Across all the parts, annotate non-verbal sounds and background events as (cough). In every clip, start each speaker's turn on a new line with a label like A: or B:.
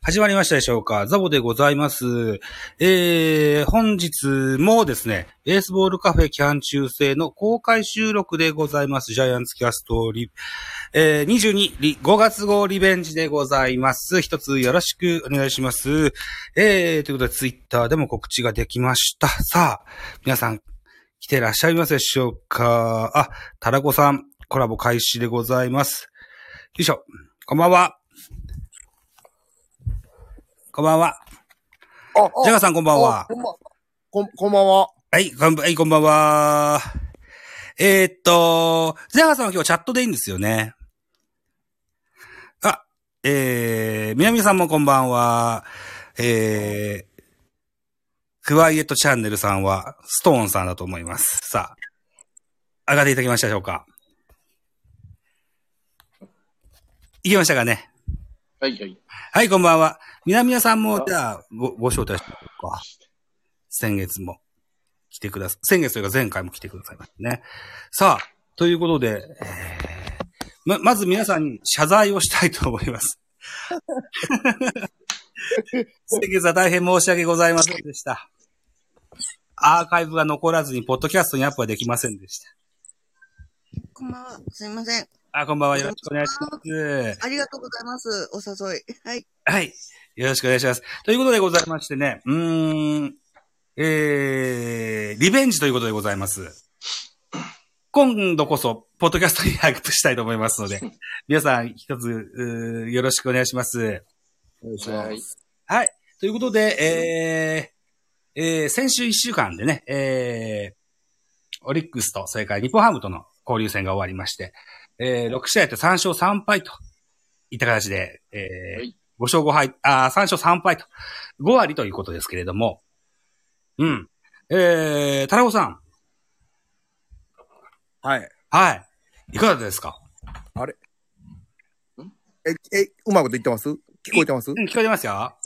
A: 始まりましたでしょうかザボでございます。えー、本日もですね、ベースボールカフェキャン中制の公開収録でございます。ジャイアンツキャストリ、えー、22リ、5月号リベンジでございます。一つよろしくお願いします。えー、ということでツイッターでも告知ができました。さあ、皆さん、来てらっしゃいますでしょうかあ、タラコさん、コラボ開始でございます。よいしょ。こんばんは。こんばんは。
B: あ、あ
A: ジャガさんこんばんは
B: あ。こんばんこん、こんばんは。
A: はい、こんばん、はい、こんばんは。えーっと、ゼハさんは今日チャットでいいんですよね。あ、えー、南さんもこんばんは。えー、クワイエットチャンネルさんは、ストーンさんだと思います。さあ、上がっていただきましたでしょうかいけましたかね
C: はいはい。
A: はい、こんばんは。南谷さんも、じゃあ、ご、ご招待しておこうか。先月も来てくださ、先月というか前回も来てくださいましたね。さあ、ということで、えーま、まず皆さんに謝罪をしたいと思います。先月は大変申し訳ございませんでした。アーカイブが残らずに、ポッドキャストにアップはできませんでし
D: こんばんは。すいません。
A: た。あ、こんばんは。よろしくお願いします。
D: ありがとうございます。お誘い。はい。
A: はい。よろしくお願いします。ということでございましてね、うーん、えー、リベンジということでございます。今度こそ、ポッドキャストにアップしたいと思いますの
B: (laughs)
A: で、皆さん一つ、うーよろしくお願いします。
B: お願いし
C: は
B: ま
C: い
B: す。。
A: はい。ということで、えー、えー、先週1週間でね、えー、オリックスと、それから日本ハムとの交流戦が終わりまして、えー、6試合やって3勝3敗といった形で、えー
C: はい
A: 5勝5敗、あー3勝3敗と、5割ということですけれども、うん。えー、タラゴさん、
B: はい。
A: はい。いかがですか
B: え、え、うまいこと言ってます聞こえてます
A: うん、聞こえてますよ。
B: あ、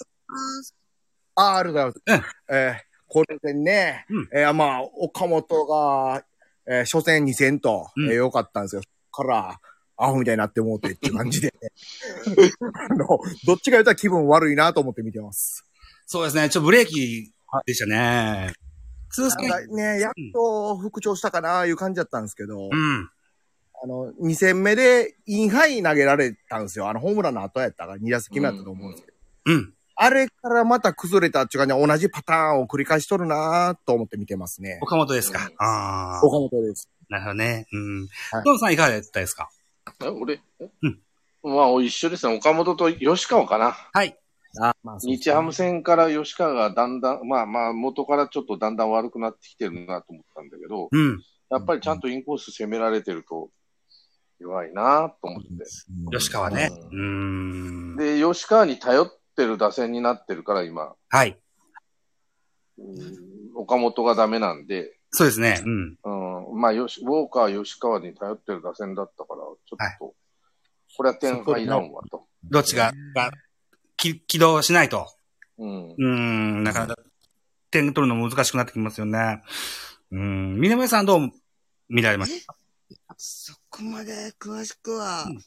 B: ありがとうございます。えーこれでね、
A: うん
B: えーまあ、岡本が、えー初戦2戦と、
A: うん
B: えー良かったんですよ。から、アホみたいになってもうてっていう感
A: (laughs)
B: じで、あの、どっちか言ったら気分悪いなと思って見てます。
A: そうですね。ちょっとブレーキでしたね。スースケ
B: なんかね、やっと復調したかないう感じだったんですけど、
A: うん。
B: あの、2戦目でインハイ投げられたんですよ。あの、ホームランの後やったから、2打席目やったと思うんですけど。
A: うん。
B: あれからまた崩れたっていうかね、同じパターンを繰り返しとるなぁと思って見てますね。
A: 岡本ですか。
C: うん
A: ああ。
B: 岡本です。
A: なるほどね。うん。
B: はい
A: トムさんいかがだったですか
C: え、俺え
A: うん
C: まあ、一緒ですね。岡本と吉川かな。
A: はい。
B: あ、まあ、そう
C: 日ハム戦から吉川がだんだん、まあまあ、元からちょっとだんだん悪くなってきてるなと思ったんだけど、
A: うん。
C: やっぱりちゃんとインコース攻められてると弱いなと思って。
A: 吉川ね。う
C: う
A: ーん。
C: で、吉川に頼ってる打線になってるから、今。
A: はい。
C: うん岡本がダメなんで、
A: そうですね。うん。
C: うん、まあ、よし、ウォーカー、吉川に頼ってる打線だったから、ちょっと、これは点入らんわと。
A: どっちが、がき起動しないと。
C: うん。
A: うーん。なかなか点取るの難しくなってきますよね。うん。南さんどう見られまし
D: そこまで詳しくは
A: うん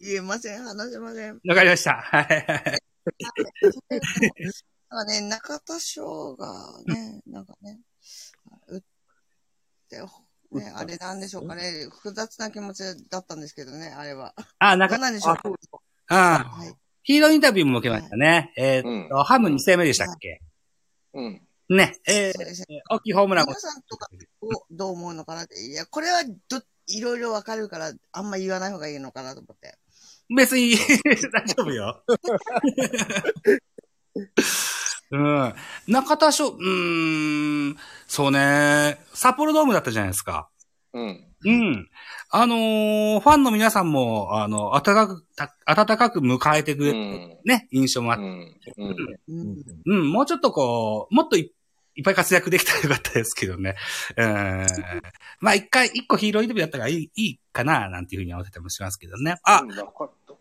D: 言えません。話せません。
A: たわかりました。はい。
D: なんかね、中田翔がね、なんかね、打って、
B: 打っ
D: ね、
B: た
D: あれなんでしょうかね。複雑な気持ちだったんですけどね、あれは。
A: あ、な
D: ど
A: か
D: う
A: な
D: なんでしょうか。
A: か、
D: はい。
A: ヒーローインタビューも受けましたね。えーっと、ハム2戦目でしたっけ
C: うん。
A: ね。えー
D: そうですね
A: 大きいホームランも
D: 皆さんとかをどう思うのかなって。いや、これはど、いろいろわかるから、あんま言わない方がいいのかなと思って。
A: 別に大丈夫よ。 (laughs) うん。中田翔、うーん、そうね。札幌ドームだったじゃないですか。
C: うん。
A: うん。あのーファンの皆さんも、あの、暖かく、た暖かく迎えてく
C: う
A: れる、
C: ん。
A: ね、印象もあ
C: う
A: って、
C: ん。うん
D: うん。
A: うん。もうちょっとこう、もっといいっぱい活躍できたらよかったですけどね。うん。まあ、一回、一個ヒーローインタビューだったらいい、いいかな、なんていうふうに思ってたりもしますけどね。あ、
C: 中田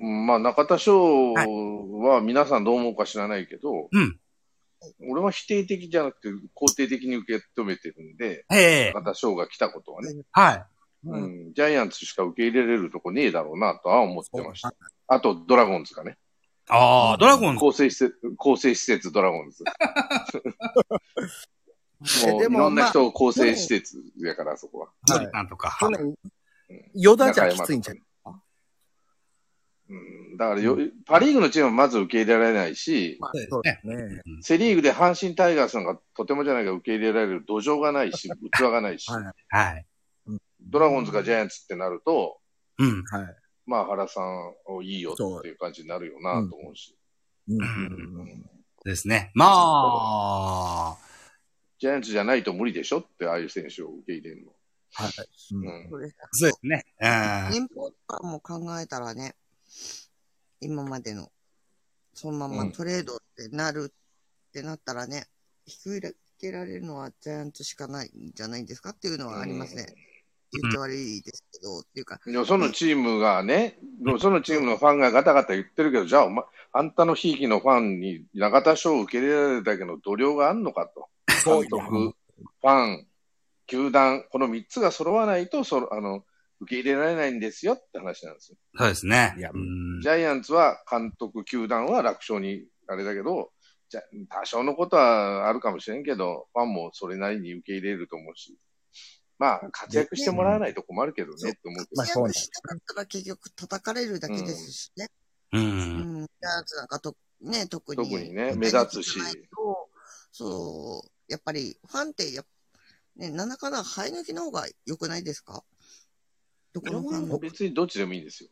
C: うんまあ、中田翔は皆さんどう思うか知らないけど、
A: うん。
C: 俺は否定的じゃなくて肯定的に受け止めてるんで、
A: ええ
C: 中田翔が来たことはね、
A: はい。
C: う、
B: うん
C: ジャイアンツしか受け入れれるとこねえだろうなとは思ってました。あと、ドラゴンズかね。
A: ああ、ドラゴンズ。
C: 構成施設、構成施設ドラゴンズ。もう、
B: で
C: い
B: も
C: ろんな人を構成施設やから、そこは。
A: トリなんとか。
B: 去年、ヨダじゃきついんじゃん。
C: うん、だからよ、パリーグのチームはまず受け入れられないし、
B: まあ
A: そうです
B: そうですね。
C: セリーグで阪神タイガースなんかとてもじゃないが受け入れられる土壌がないし、器がないし、
B: はい
A: はい。
C: ドラゴンズかジャイアンツってなると、
A: うん。
B: はい。
C: まあ原さんをいいよっていう感じになるよなと思うし、
B: うん
A: んですね。まあ、
C: ジャイアンツじゃないと無理でしょって、ああいう選手を受け入れるの。
B: はい。うん
C: うん
D: そうですか
A: そうですね。うん。
D: 年俸とかも考えたらね、今までの、そのま
C: う
D: ま
C: ん
D: トレードってなるってなったらね、引き受けられるのはジャイアンツしかないんじゃないですかっていうのはありますね。言って悪いですけど、っていうか、
C: よそのチームがね、よそのチームのファンがガタガタ言ってるけど、じゃあお前、あんたのひいきのファンに永田賞を受け入れられたけど、度量があんのかと。
B: そう
C: 監督、ファン、球団、この3つが揃わないとそろあの、受け入れられないんですよって話なんですよ。
A: そうですね。
B: いや
A: うん
C: ジャイアンツは監督、球団は楽勝に、あれだけど、じゃ多少のことはあるかもしれんけど、ファンもそれなりに受け入れると思うし、まあ、活躍してもらわないと困るけどねって思うけど
B: まあそうな
D: 活
B: ん
D: 躍
B: です
D: したかったら結局叩かれるだけですしね。
A: う。
D: うんん。ジャイアンツなんかと、ね、特に。
C: 特にね、目立つし。
D: ないとそう、やっぱりファンってやっ、ね、なんだかんだ生え抜きの方が良くないですかどこのファンも。
C: 別にどっちでもいいんですよ。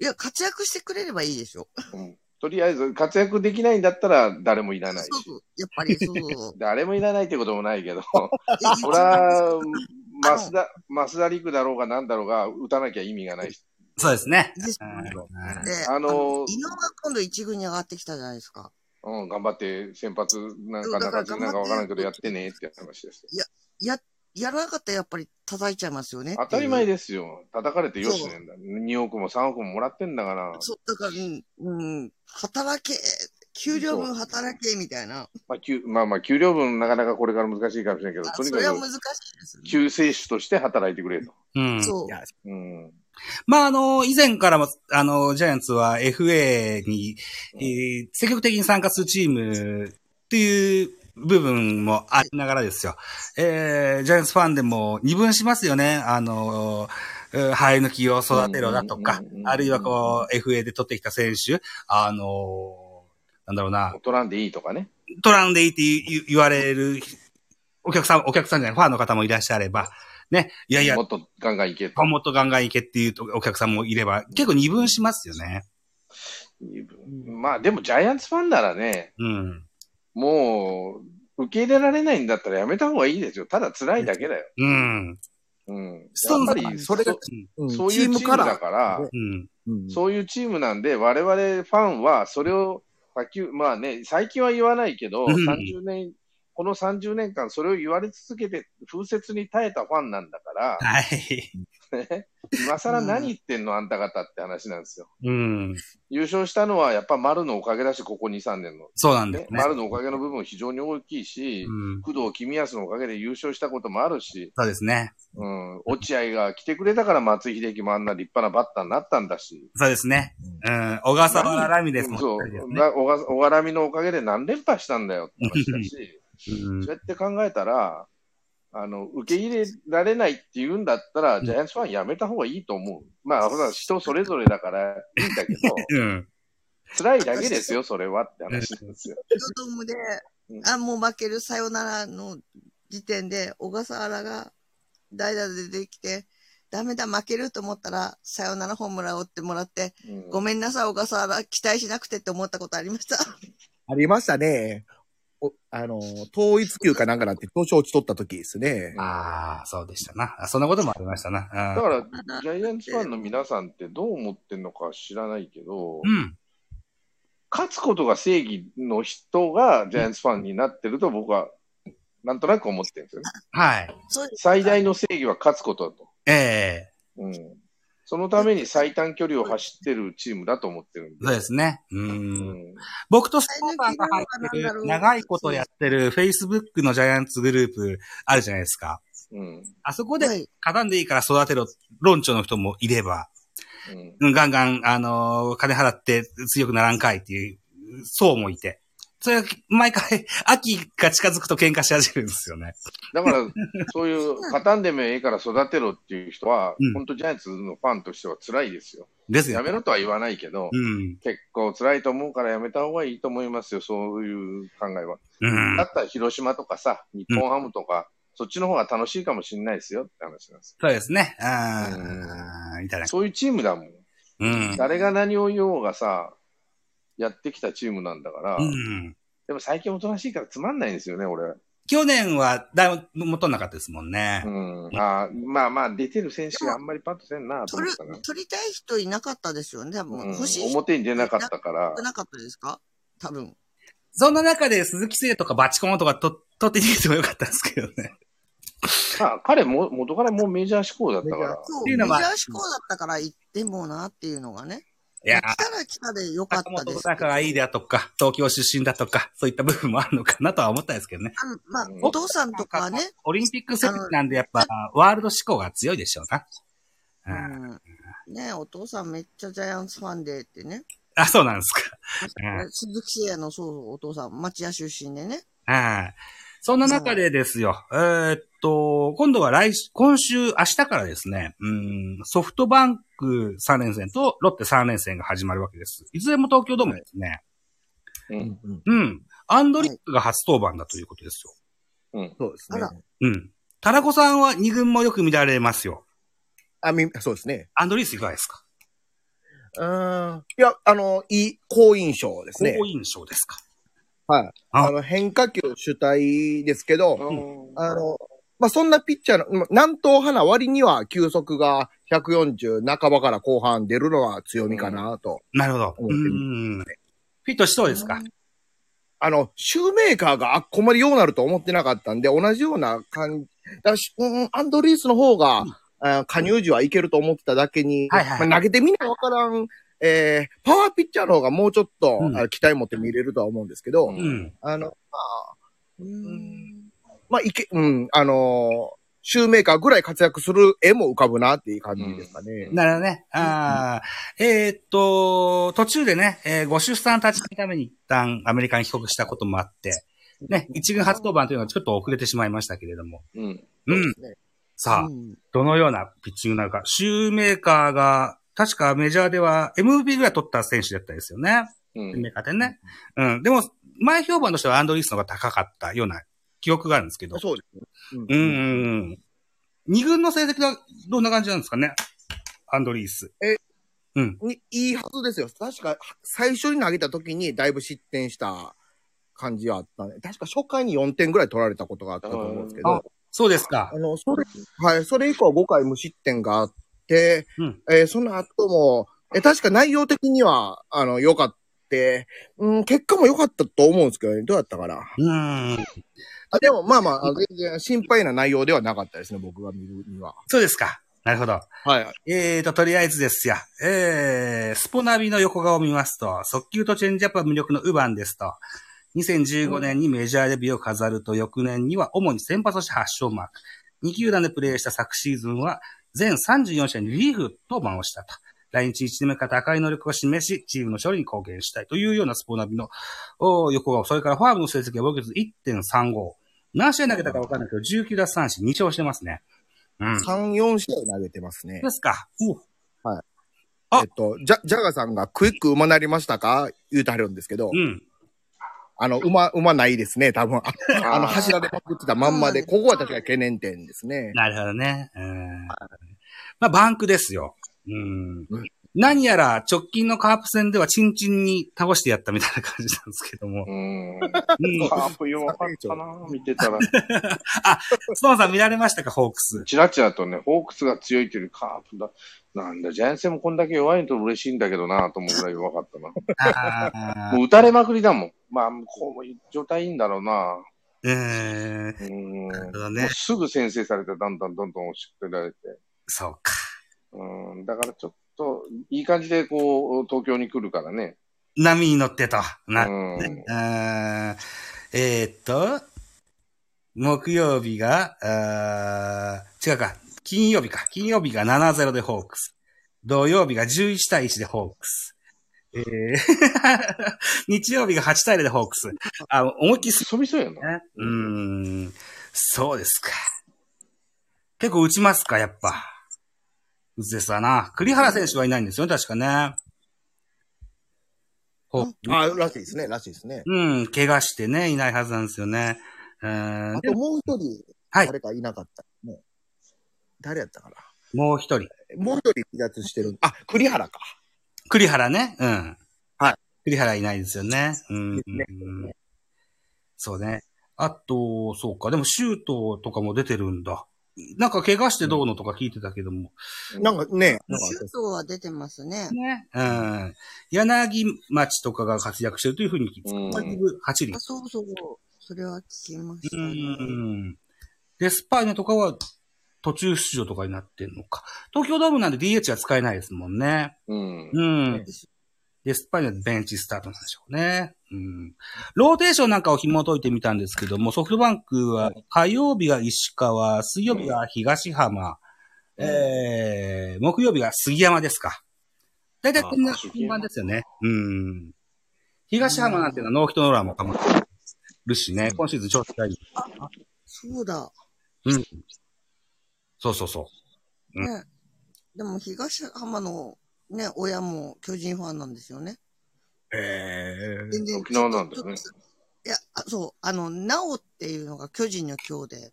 D: いや、活躍してくれればいいでしょ。
C: うんとりあえず、活躍できないんだったら誰もいらないし、
D: そうやっぱりそう。
C: (laughs) 誰もいらないってこともないけど、そ
D: いや
C: ら、増田、増田陸だろうが何だろうが、打たなきゃ意味がないし、
A: そうですね。
D: です
A: う
D: よ
A: ん
D: ね
A: うん
D: で、
C: あのー
D: 伊野が今度一軍に上がってきたじゃないですか。
C: うん、頑張って、先発なん
D: そ
C: か
D: うだから
C: 中継ぎなんか
D: 頑張っ
C: わ
D: て
C: からんけどやってねって話ですよ。
D: や、やらなかったらやっぱり叩いちゃいますよね。
C: 当たり前
D: で。
C: ですよ。叩かれてよしねんだ。2億も3億ももらってんだから、
D: そう、だから、うんうん、働け、給料分働け、みたいな。
C: まあ、給まあまあ、給料分なかなかこれから難しいかもしれんけど、
D: あ
C: とに
D: それは
C: か
D: 難
C: く
D: しいですね。
C: 救世主として働いてくれと。
A: うん
D: そう
B: い。や、
C: うん。
A: まあ、あの、以前からも、あの、ジャイアンツは FA に、えー積極的に参加するチームっていう部分もありながらですよ。えー、ジャイアンツファンでも二分しますよね。あの、うん生え抜きを育てろだとか
C: うんうんうんう、ん
A: あるいはこう、FA で取ってきた選手、あの、なんだろうな、
C: 取らんでいいとかね。
A: 取らんでいいって言う言われる、お客さん、お客さんじゃない、ファンの方もいらっしゃれば、ね、いやいや
C: も、っとガンガンいけと。
A: もっとガンガン行けっていうお客さんもいれば、結構二分しますよね。
C: まあでもジャイアンツファンならね、
A: うん。
C: もう受け入れられないんだったらやめた方がいいですよ。ただ辛いだけだよ。
A: うん。
C: うん。
A: ストーンズ
C: やっぱり
B: それが
C: そ
B: うん
C: そういうチームだから、
B: ね
A: うん。
B: うん
C: そういうチームなんで、我々ファンはそれを、野球、まあね、最近は言わないけど、
A: うん
C: 30年、この30年間それを言われ続けて、風雪に耐えたファンなん
A: (laughs)
C: だから、
A: はい。
C: ね今更何言ってんのあんた方って話なんですよ。
A: うん。
C: 優勝したのはやっぱ丸のおかげだし、ここ2、3年の。
A: そうなんです
C: ね、
A: ね。
C: 丸のおかげの部分非常に大きいし、
A: うん。
C: 工藤公康のおかげで優勝したこともあるし、
A: そうですね。
C: うん、落合が来てくれたから松井秀喜もあんな立派なバッターになったんだし、
A: そうですね。うん。小笠原ラミですもん
C: そう、
A: ね。
C: が小が小絡みのおかげで何連覇したんだよって話だし、
A: うん
C: そうやって考えたら、あの、受け入れられないって言うんだったら、ジャイアンツファンやめた方がいいと思う。まあ、ほら、人それぞれだからいいんだ (laughs) けど、
A: うん。
C: 辛いだけですよ、それはって話なんですよ。
D: ドームで
C: う、ん
D: あ、もう負ける、さよならの時点で、小笠原が代打で出てきて、ダメだ、負けると思ったら、さよならホームランを打ってもらって、
C: うん
D: ごめんなさい、小笠原、期待しなくてって思ったことありました。
B: ありましたね。おあの、統一級かなんかなって、当初落ち取った時ですね。
A: ああ、そうでしたな。あそんなこともありましたな。
C: だ
A: うん
C: から、ジャイアンツファンの皆さんってどう思ってんのか知らないけど
A: う、ん。
C: 勝つことが正義の人がジャイアンツファンになってると僕は、なんとなく思ってるんですよね。
A: はい。
D: (laughs) そう
C: 最大の正義は勝つことだと。
A: ええ
C: うん。そのために最短距離を走ってるチームだと思ってるんで。
A: そうですね。う。
C: うんん。
A: 僕とスポーンが入ってる、長いことやってる Facebook のジャイアンツグループあるじゃないですか。
C: うん。
A: あそこ
D: こ
A: で、
D: はい、
A: 勝たんでいいから育てろ、論調の人もいれば、
C: うん
A: うんガンガン、あのー金払って強くならんかいっていう、層もいて。それが、毎回、秋が近づくと喧嘩し始めるんですよね。
C: だから、そういう、勝たんでもええから育てろっていう人は
A: うん、
C: 本当ジャイアンツのファンとしては辛いですよ。
A: ですよ。
C: やめろとは言わないけど、
A: うん。
C: 結構辛いと思うからやめた方がいいと思いますよ、そういう考えは。
A: うん
C: だ。ったら広島とかさ、日本ハムとか、そっちの方が楽しいかもしれないですよって話なんです。
A: そうですね。ああ、みたいな。
C: そういうチームだもん。
A: うん。
C: 誰が何を言おうがさ、やってきたチームなんだから、
A: うん。
C: でも最近おとなしいからつまんないんですよね、俺。
A: 去年は、だいぶ元なかったですもんね
C: う。ん。あーまあまあ、出てる選手があんまりパッとせんなと
D: 取
C: 思
D: る
C: ったな。、
D: 取りたい人いなかったですよね。多
C: う
D: 分
C: ん
D: 欲しい、人
C: 表に出なかったから、
D: なかったですか多分。
A: そんな中で鈴木誠とかバチコンとかと取っていてもよかったんですけどね。
C: まあ、彼も元からもうメジャー志向だったから、
D: そう、
A: て
D: メ
A: いう
D: ジャ
A: のは
D: ー志向だったから行ってもなっていうのがね。
A: いやー
D: 来たら来たでよかっ
A: 坂
D: たで
A: 本
D: すけど。
A: 隆がいいだとか、東京出身だとか、そういった部分もあるのかなとは思ったんですけどね。
D: あのまあ
C: う、ん
D: お父さんとかね、
A: オリンピック世代なんでやっぱワールド志向が強いでしょうな。
D: う
A: うん
D: ん、ねお父さんめっちゃジャイアンツファンでってね。
A: あ、そうなんですか。うん
D: 鈴木誠也のそうそうお父さん、町屋出身でね。
A: はい。そんな中でですよ、えーっと、今度は来週、今週、明日からですね、うん、ソフトバンク3連戦とロッテ3連戦が始まるわけです。いずれも東京ドームですね。
C: う、
B: うんん。
A: うん。アンドリックが初登板だということですよ。
B: そうです
D: あ
B: ね
D: ら。
A: うん。タラコさんは2軍もよく見られますよ。
B: あ、み、そうですね。
A: アンドリースいかがですか
B: うん。いや、あの、いい、好印象ですね
A: 好。印象ですか
B: はい。
A: あ
B: あの、変化球主体ですけど、
C: あ
B: あの、まあ、そんなピッチャーの、まあ南東派な割には球速が140半ばから後半出るのは強みかなと。
A: なるほど。う
B: うん
A: ん。フィットしそうですか
B: あの、シューメーカーがあっこまでようなると思ってなかったんで、同じような感じ。だし、うん、アンドリースの方が、あ加入時はいけると思ってただけに、
A: はいはい
B: まあ投げてみなわからん、えー、パワーピッチャーの方がもうちょっと、
A: うん
B: あ期待持って見れるとは思うんですけど、
C: う
A: うん。
B: あの、
D: うーん。
B: まあ、いけ、うん、あのーシューメーカーぐらい活躍する絵も浮かぶなっていう感じですかね。
A: なるほどね。ああ、えーっと、途中でね、えーご出産立ちのために一旦アメリカに帰国したこともあって、ね、一軍初登板というのはちょっと遅れてしまいましたけれども。
C: うん。
A: うん。さあ
D: う、ん
A: どのようなピッチングなのか。シューメーカーが、確かメジャーでは MVP ぐらい取った選手だったですよね。
C: う
A: シュー
C: ん
A: メ。ーカーでね。うん。でも、前評判としてはアンドリースの方が高かったような記憶があるんですけど。
B: そうですね。
A: うんうんうん。二軍の成績はどんな感じなんですかねアンドリース。
B: にいいはずですよ。確か、最初に投げた時にだいぶ失点した感じはあったね。確か初回に4点ぐらい取られたことがあったと思うんですけど、
C: あ
B: あ
A: そうですか。
B: の、それ、はい、それ以降5回無失点があって、
A: うん
B: えーその後も、えー確か内容的には、あの、良かった。うん、結果も良かったと思うんですけどね。どうだったかな。
A: うん。
B: あでも、まあまあ、あの全然心配な内容ではなかったですね、僕が見るには。
A: そうですか。なるほど。
B: はい。
A: えーと、とりあえずですよ。えー、スポナビの横顔を見ますと、速球とチェンジアップは魅力のウバンですと、2015年にメジャーデビューを飾ると、翌年には主に先発として8勝マーク。2球団でプレーした昨シーズンは、全34試合にリリーフ登板をしたと。来日1年目から高い能力を示し、チームの勝利に貢献したいというようなスポナビのおー横顔。それからファームの成績は防御率1.35。何試合投げたかわかんないけど、19奪三振2勝してますね。うん。そ
B: 3、4試合投げてますね
A: うで。すか。おあ
B: えっと、ジャ、ジャガさんがクイック馬なりましたか言うてはるんですけど
A: う、ん。
B: あの、馬、馬ないですね、多分。ああの、
C: ー
B: 柱でまくってたまんまで、
D: そうなんです
B: ここは確かに懸念点ですね。
A: なるほどね。うん。まあ、バンクですよ。うん
B: うん。
A: 何やら直近のカープ戦ではチンチンに倒してやったみたいな感じなんですけど (laughs) も。
C: うん。
A: うん。
C: カープ弱かったな、見てたら。
A: ストーンさん見られましたか、ホークス。
C: チラチラとね、ホークスが強いというよりカープだ。なんだ、ジャイアンツ戦もこんだけ弱いと嬉しいんだけどなと思うぐらい弱かったな。
A: (laughs) ああ。
C: もう打たれまくりだもん。まあ、向こうも状態いいんだろうな。
A: (laughs) うーん。
C: うん。
A: なるほ
C: も
A: ど
C: う
A: ね。
C: すぐ先制されて、だんだんどんどん押しくられて。
A: そうか。
C: うん。だからちょっと、いい感じでこう、東京に来るからね。
A: 波に乗ってと。な、
C: うん。
A: あーえーっと、木曜日が、あー違うか、金曜日か。金曜日が7-0でホークス。土曜日が11対1でホークス。えー、 (laughs) 日曜日が8対0でホークス。あ、思いっきりす
C: そびそうやな。
A: ね。うーん。そうですか。結構打ちますか、やっぱ。打つですわな。栗原選手はいないんですよね、確かね。ほ
B: あ、らしいですね、らしいですね。
A: うん、怪我してね、いないはずなんですよね。うーん
B: あ、ともう一人、
A: はい
B: 誰かいなかった。ね誰やったかな。
A: もう一人。
B: もう一人離脱してる。あ、栗原か。
A: 栗原ね。うん。
B: はい。
A: 栗原いないですよね。うん。
B: ですね
A: うんそうね。あと、そうか。でも、シュートとかも出てるんだ。なんか、怪我してどうのとか聞いてたけども。
B: なんかね、なんか
D: シュートは出てますね。
A: ね。うん。柳町とかが活躍してるというふうに聞いて
C: うん
A: まあリーグ8輪
D: あ、。そうそう。それは聞きまし
A: う
D: たね。
A: ん。で、スパイネとかは途中出場とかになってんのか。東京ドームなんで DH は使えないですもんね。
C: うん。
A: うん。で、スパイネはベンチスタートなんでしょうね。うん。ローテーションなんかを紐解いてみたんですけども、ソフトバンクは火曜日が石川、水曜日が東浜、えー、木曜日が杉山ですか。だいたいこんな
C: あ杉
A: 順
C: 山
A: 番ですよね。うん。東浜なんていうのはノーヒットノーランもかまってるしね、今シーズン調子がいい。
D: そうだ。
A: そうそうそう。うん
D: ね。でも東浜のね、親も巨人ファンなんですよね。
A: ええ
D: 全然
C: 沖縄なんだよね。
D: いや、あそう、あの、なおっていうのが巨人の今日で、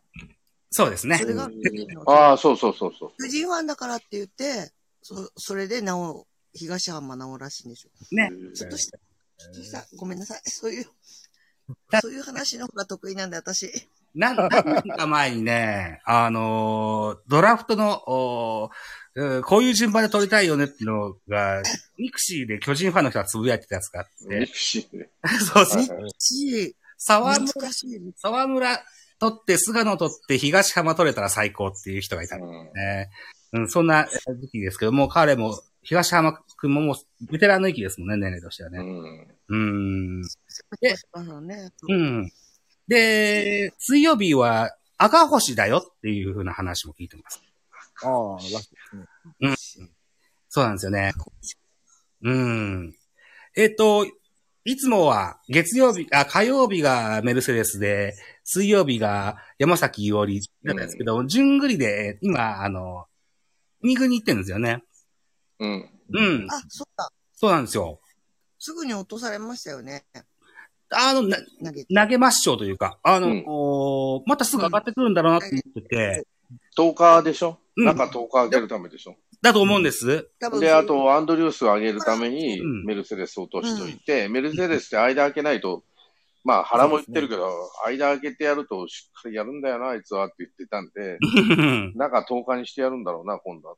A: そうですね
D: そ。れが
C: うん
D: 巨人の
C: ああ、そうそうそうそう。
D: 巨人ファンだからって言って、そそれでなお、東浜なおらしいんですよ。
A: ね。
D: ちょっとした、ちょっとした、ごめんなさい。 (laughs) そういう
A: だ、
D: そういう話の方が得意なんで、私。
A: なんなんか前にね、あのードラフトの、おーうんこういう順番で取りたいよねっていうのが、ミクシーで巨人ファンの人がつぶやいてたやつがあって
C: ミ、クシーね。
A: そうそう
C: は。い
D: し、
A: 沢
D: 難
A: 村、
D: しい。
A: 沢村取って、菅野取って、東浜取れたら最高っていう人がいたんで
C: うん
A: すね。うん、そんな時期ですけども、彼も、東浜くんももう、ベテランの域ですもんね、年齢としてはね。
C: うん。
A: うん。で
D: 東浜のね、
A: うん。で、水曜日は赤星だよっていう風な話も聞いてます。
B: ああ、らしいですね。
A: そうなんですよね。うん。えっ、と、いつもは月曜日、あ、火曜日がメルセデスで、水曜日が山崎伊織なんですけど、順繰りで、今、あの、二軍に行ってるんですよね。
C: うん。
A: うん。
D: あ、そうだ。
A: そうなんですよ。
D: すぐに落とされましたよね。
A: あの、な
D: 投げて。
A: 投げ抹消というか、あの、
C: うん
A: おーまたすぐ上がってくるんだろうなって思ってて、
C: 10日でしょ
A: うん
C: 中10日上げるためでしょ
A: だと思うんです。
D: 多分
C: で、あ、と、アンドリュースを上げるために
A: うん、
C: メルセデスを落としといて、メルセデスって間開けないと、まあ、腹も言ってるけど、間開けてやると、しっかりやるんだよな、あいつはって言ってたんで、中10日にしてやるんだろうな、今度は。
A: っ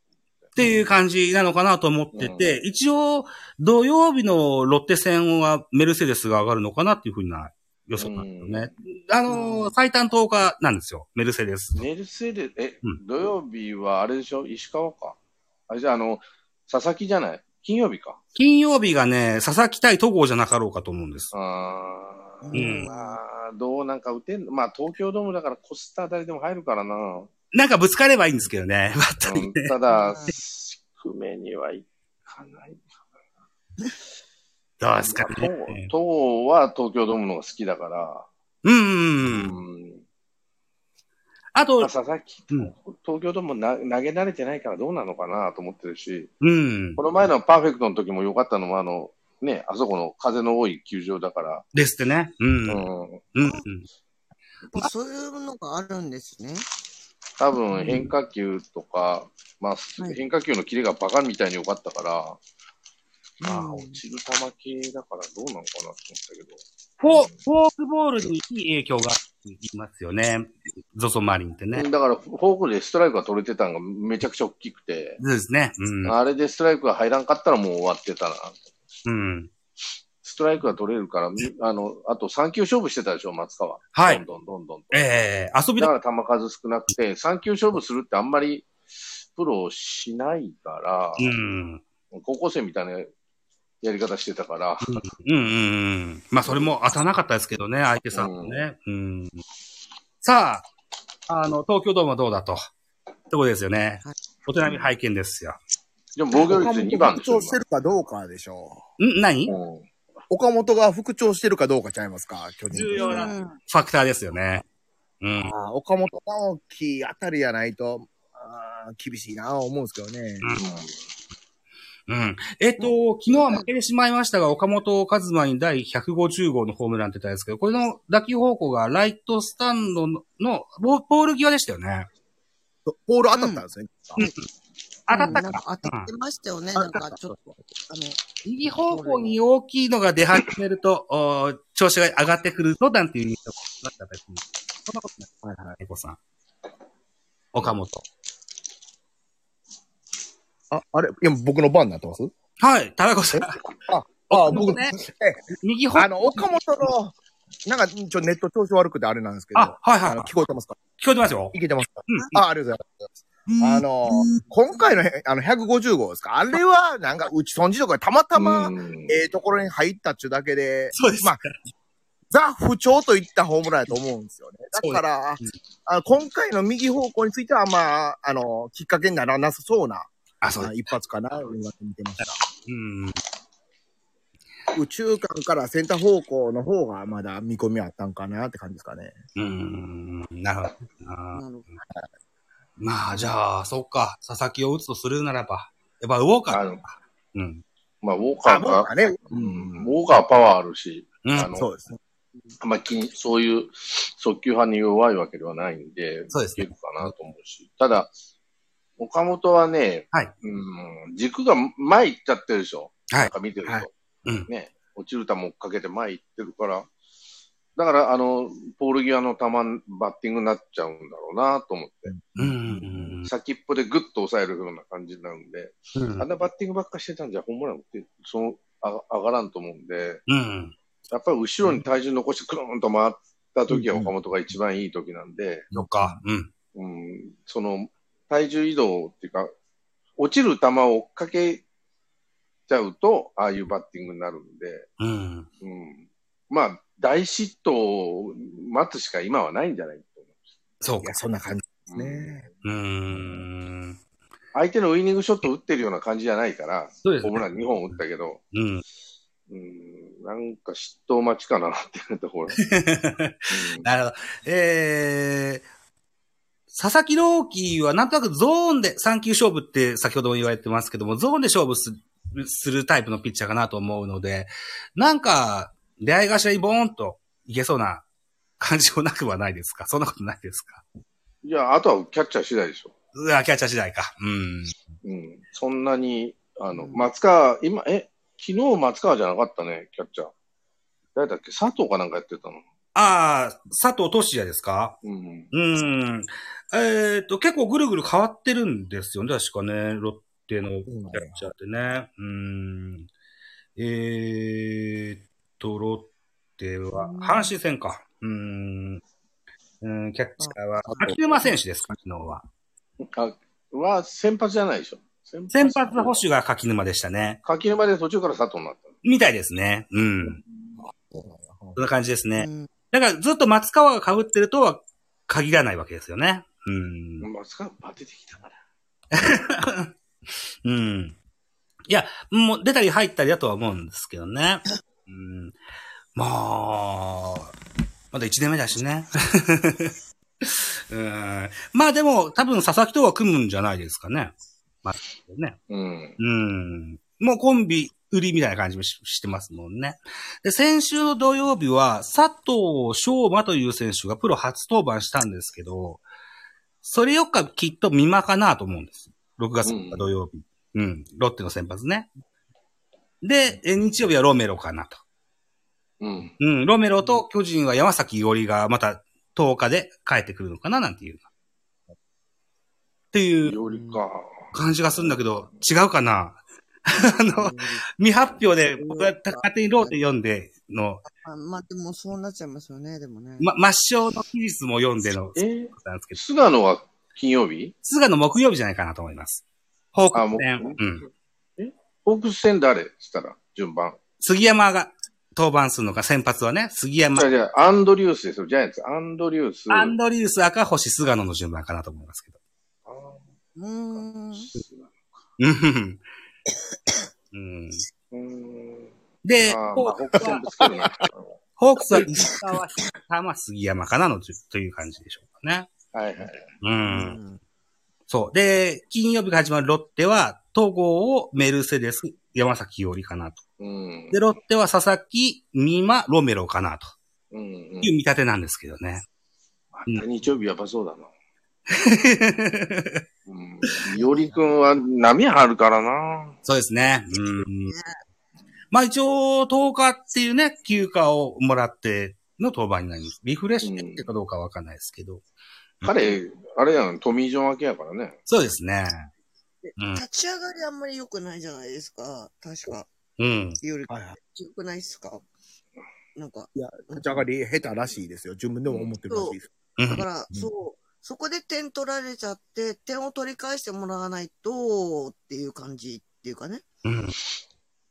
A: ていう感じなのかなと思ってて、一応、土曜日のロッテ戦はメルセデスが上がるのかなっていうふうな予想なんですよね。あのー、最短10日なんですよ、メルセデス。
C: メルセデス、え
A: う、
C: 土曜日はあれでしょ石川か。あれじゃあ、あの、佐々木じゃない金曜日か。
A: 金曜日がね、佐々木対戸郷じゃなかろうかと思うんです。
C: あー
A: うん
C: まあ、どうなんか打てんのまあ、東京ドームだからコスタあたりでも入るからな。
A: なんかぶつかればいいんですけどね、 (laughs) バッター
C: う
A: に
C: ん、ただ、低めにはいかない。
A: どうですかね。
C: 東東は東京ドームの方が好きだから。
A: うん
C: う
A: うんうん。
C: ん。
A: あ
C: まあ
A: と、
C: 佐々木、
A: うん
C: 東京ドームな投げ慣れてないからどうなのかなと思ってるし、
A: うん
C: こ。の前のパーフェクトの時も良かったのは、あの、ね、あそこの風の多い球場だから、
A: ですってね。うん。うん。
C: うん、
A: うん。
D: あそういうのがあるんですね。
C: 多分変化球とか、まあ、
D: はい
C: 変化球のキレがバカみたいに良かったから、まあ、
D: うん
C: 落ちる球系だからどうなのかなと思ったけど、
A: フォーフォークボールにいい影響がありますよね。ゾゾマリンってね。
C: だからフォークでストライクが取れてたのがめちゃくちゃ大きくて、
A: そうですね。うん。
C: あれでストライクが入らんかったらもう終わってたな。
A: うん。
C: ストライクが取れるから、あの、あと3球勝負してたでしょ、松川。
A: はい
C: どんどんどんどんと。
A: ええ遊び
C: だ
A: だ。
C: から球数少なくて、3球勝負するってあんまりプロしないから
A: う、ん。
C: 高校生みたいなやり方してたから、
A: うんうんうん。まあ、それも当たらなかったですけどね、相手さんもね。うん。さあ、あの、東京ドームはどうだと。ってことですよね
D: はい。
A: お手並み拝見ですよ。
C: でも防御率2番で
B: 復
C: しょ
B: 調してるかどうかでしょ
A: ん何
C: 今
A: フ
C: うん
B: う。岡本が復調してるかどうかちゃいますか、巨人。
A: 重要な
D: うん
A: ァクターですよね。うん。
B: あー岡本直樹あたりやないと、あー厳しいなぁ思うんですけどね。
A: うん。えっと、昨日は負けてしまいましたが、岡本和真に第150号のホームランって言ったんですけど、これの打球方向がライトスタンドの、のボボール際でしたよね。
B: ポール当たったんですね。
A: 当たった
D: うんな
A: か
D: ん。か当たってましたよね。なんかちょっと、あの、
A: 右方向に大きいのが出始めると、おー調子が上がってくると、なんていう印象があったですねそんなことない。はいはい。猫さん。岡本。
B: あ、あれいや、僕の番になってます
A: はい、田中さん。
B: あー、
A: 僕
B: 僕、
A: ね
B: え、
A: 右方
B: あ
A: 向。
B: の、岡本の、なんか、ちょ、ネット調子悪くてあれなんですけど、
A: あ、はいは
B: あ
A: い
B: の
A: はい。
B: 聞こえてますか
A: 聞こえてますよ
B: い。けてますか、
A: うん
B: あ、ありがとうございます。あの、今回のへあの150号ですかあれは、なんか、うち損じとかたまたま、
C: うん
B: ええところに入ったっちゅうだけで、
A: そうです。
B: まあザ・不調といったホームランやと思うんですよね。だから、
A: そうで
B: あ今回の右方向については、まあ、あの、きっかけにならなさそうな、
A: あ、そう
B: あ
A: で
B: 一発かな、今見てました。
A: す。うん。
B: 宇宙間からセンター方向の方が、まだ見込みあったんかなって感じですかね。
A: うん。なるほど。あー
D: なる
A: まあ、じゃあ、そっか。佐々木を打つとするならば、やっぱ、ウォーカ
C: あ
A: ー。
C: の
A: うん。
C: まあ、ウォーカ
B: あ、
C: ー
B: 僕は
C: が、
B: ね。
C: う
B: うんん。
C: ウォーカーパワーあるし、
A: う
C: あ
A: ん。
C: の
B: そうですね。
C: まあ、筋そういう速球派に弱いわけではないんで、
A: そうですね
C: いけるかなと思うし。ただ、岡本はね、
A: はい
C: うん、軸が前行っちゃってるでしょ。
A: はい
C: なんか見てると。
B: はい
A: うん
C: ね、落ちる球追っかけて前行ってるから、だから、あの、ポール際の球、バッティングになっちゃうんだろうなと思って、
A: うんうん。
C: 先っぽでグッと抑えるような感じになるんで、
A: うん
C: あんなバッティングばっかしてたんじゃ、ホームランって、その、あ上がらんと思うんで、
A: うん。
C: やっぱり後ろに体重残してくるんと回った時は
B: うんうん
C: 岡本が一番いい時なんで、
A: そっか。うん。
C: うん、その体重移動っていうか、落ちる球を追っかけちゃうと、ああいうバッティングになるんで、
A: うん。
C: うん、まあ、大失投を待つしか今はないんじゃないと思
A: そう
B: い
A: か
B: や、。そんな感じです
C: う
B: ね。
A: うーん。
C: 相手のウイニングショット打ってるような感じじゃないから、
A: そうです
C: ホー
A: ね
C: ムラン2本打ったけど、
A: うん。
C: うん、なんか失投待ちかなっていうと
B: (laughs)
C: ころ。う
A: (laughs)
C: ん
A: なるほど。えー、佐々木朗希はなんとなくゾーンで、3球勝負って先ほども言われてますけども、ゾーンで勝負すするタイプのピッチャーかなと思うので、なんか、出会い頭にボーンといけそうな感じもなくはないですかそんなことないですか
C: いや、あとはキャッチャー次第でしょ。
A: うわ、キャッチャー次第か。うん。
C: うん、そんなに、あの、
D: うん
C: 松川、今、え、昨日松川じゃなかったね、キャッチャー。誰だっけ佐藤かなんかやってたの。
A: ああ、佐藤俊也ですか
C: うん。
A: うん。えっ、と、結構ぐるぐる変わってるんですよね、確かね、ロッテのキャッチャーってね。うん。えーっと、ロッテは
D: うん、
A: 阪神戦か。うん。うん、キャッチャーは
B: あ、あと
A: 秋沼選手ですか、昨日は。
C: あ、は、先発じゃないでしょ。先
A: 先発保。守が柿沼でしたね。
C: 柿沼で途中から佐藤になったの。
A: みたいですね。うん。そんな感じです
D: ほ
A: ね
D: ど。。うん
A: だからずっと松川が被ってるとは限らないわけですよね。うん。
C: 松川バテてきたから。
A: うん。いや、もう出たり入ったりだとは思うんですけどね。うん、まあ、まだ1年目だしね。 (laughs) うん、まあでも、多分佐々木とは組むんじゃないですかね。まあ、ね。
C: うん。
A: うん。もうコンビ売りみたいな感じもししてますもんね。で、先週の土曜日は、佐藤翔馬という選手がプロ初登板したんですけど、それよっかきっと見間かなと思うんです。6月4日土曜日。うん、ロッテの先発ね。で、え日曜日はロメロかなと。
C: うん。
A: うん、ロメロと巨人は山崎伊織がまた10日で帰ってくるのかななんていう。っていう
C: よりか。
A: 感じがするんだけど、違うかな (laughs) あの、未発表で、僕は勝手にローテ読んでの、
D: あまあでもそうなっちゃいますよね、でもね。
A: ま、抹消の期日も読んでの、
C: えー
A: なんですけど、
C: 菅野は金曜日
A: 菅野木曜日じゃないかなと思います。報
C: あ、
A: 告
C: もう。
A: 戦。うん。
C: えホークス戦誰したら、順番。
A: 杉山が登板するのか、先発はね、杉山
C: じゃ、あじゃあアンドリュースですよ、ジャイアンツ。アンドリュース。
A: アンドリュース、赤星、菅野の順番かなと思いますけど。
C: あー
D: うーん。
C: 菅
A: う
C: 野
A: うん。うん
C: うん。
A: で、
C: あー
A: ホ
C: まあ、
A: ー
C: 北
A: クスは
C: 線ぶつけるな。
A: ホークスは石川、浜、杉山かなのとという感じでしょうかね。
C: はいは
A: う。
C: い。
D: うんん。
A: そう。で、金曜日が始まるロッテは、東郷をメルセデス、山崎よりかなと。
C: うん。
A: で、ロッテは佐々木、美馬、ロメロかなと
C: うんうん
A: いう見立てなんですけどね。 (laughs)
C: また日曜日やばそうだな。うん。いおりくんは波あるからな。
A: そうですね。うん。まあ一応、10日っていうね、休暇をもらっての登板になります。リフレッシュってかどうかわかんないですけど。
C: 彼、あれやん、トミー・ジョン明けやからね。
A: そうですね。うん
D: 立ち上がりあんまり良くないじゃないですか。確か。
A: うん。
D: 夜、
B: はいはい。
D: 良くないっすかなんか、
B: いや、立ち上がり下手らしいですよ。自分でも思ってるらしいです。
A: う
D: だか
A: ん。
D: ら、そう、そこで点取られちゃって、点を取り返してもらわないとっていう感じっていうかね。
A: うん。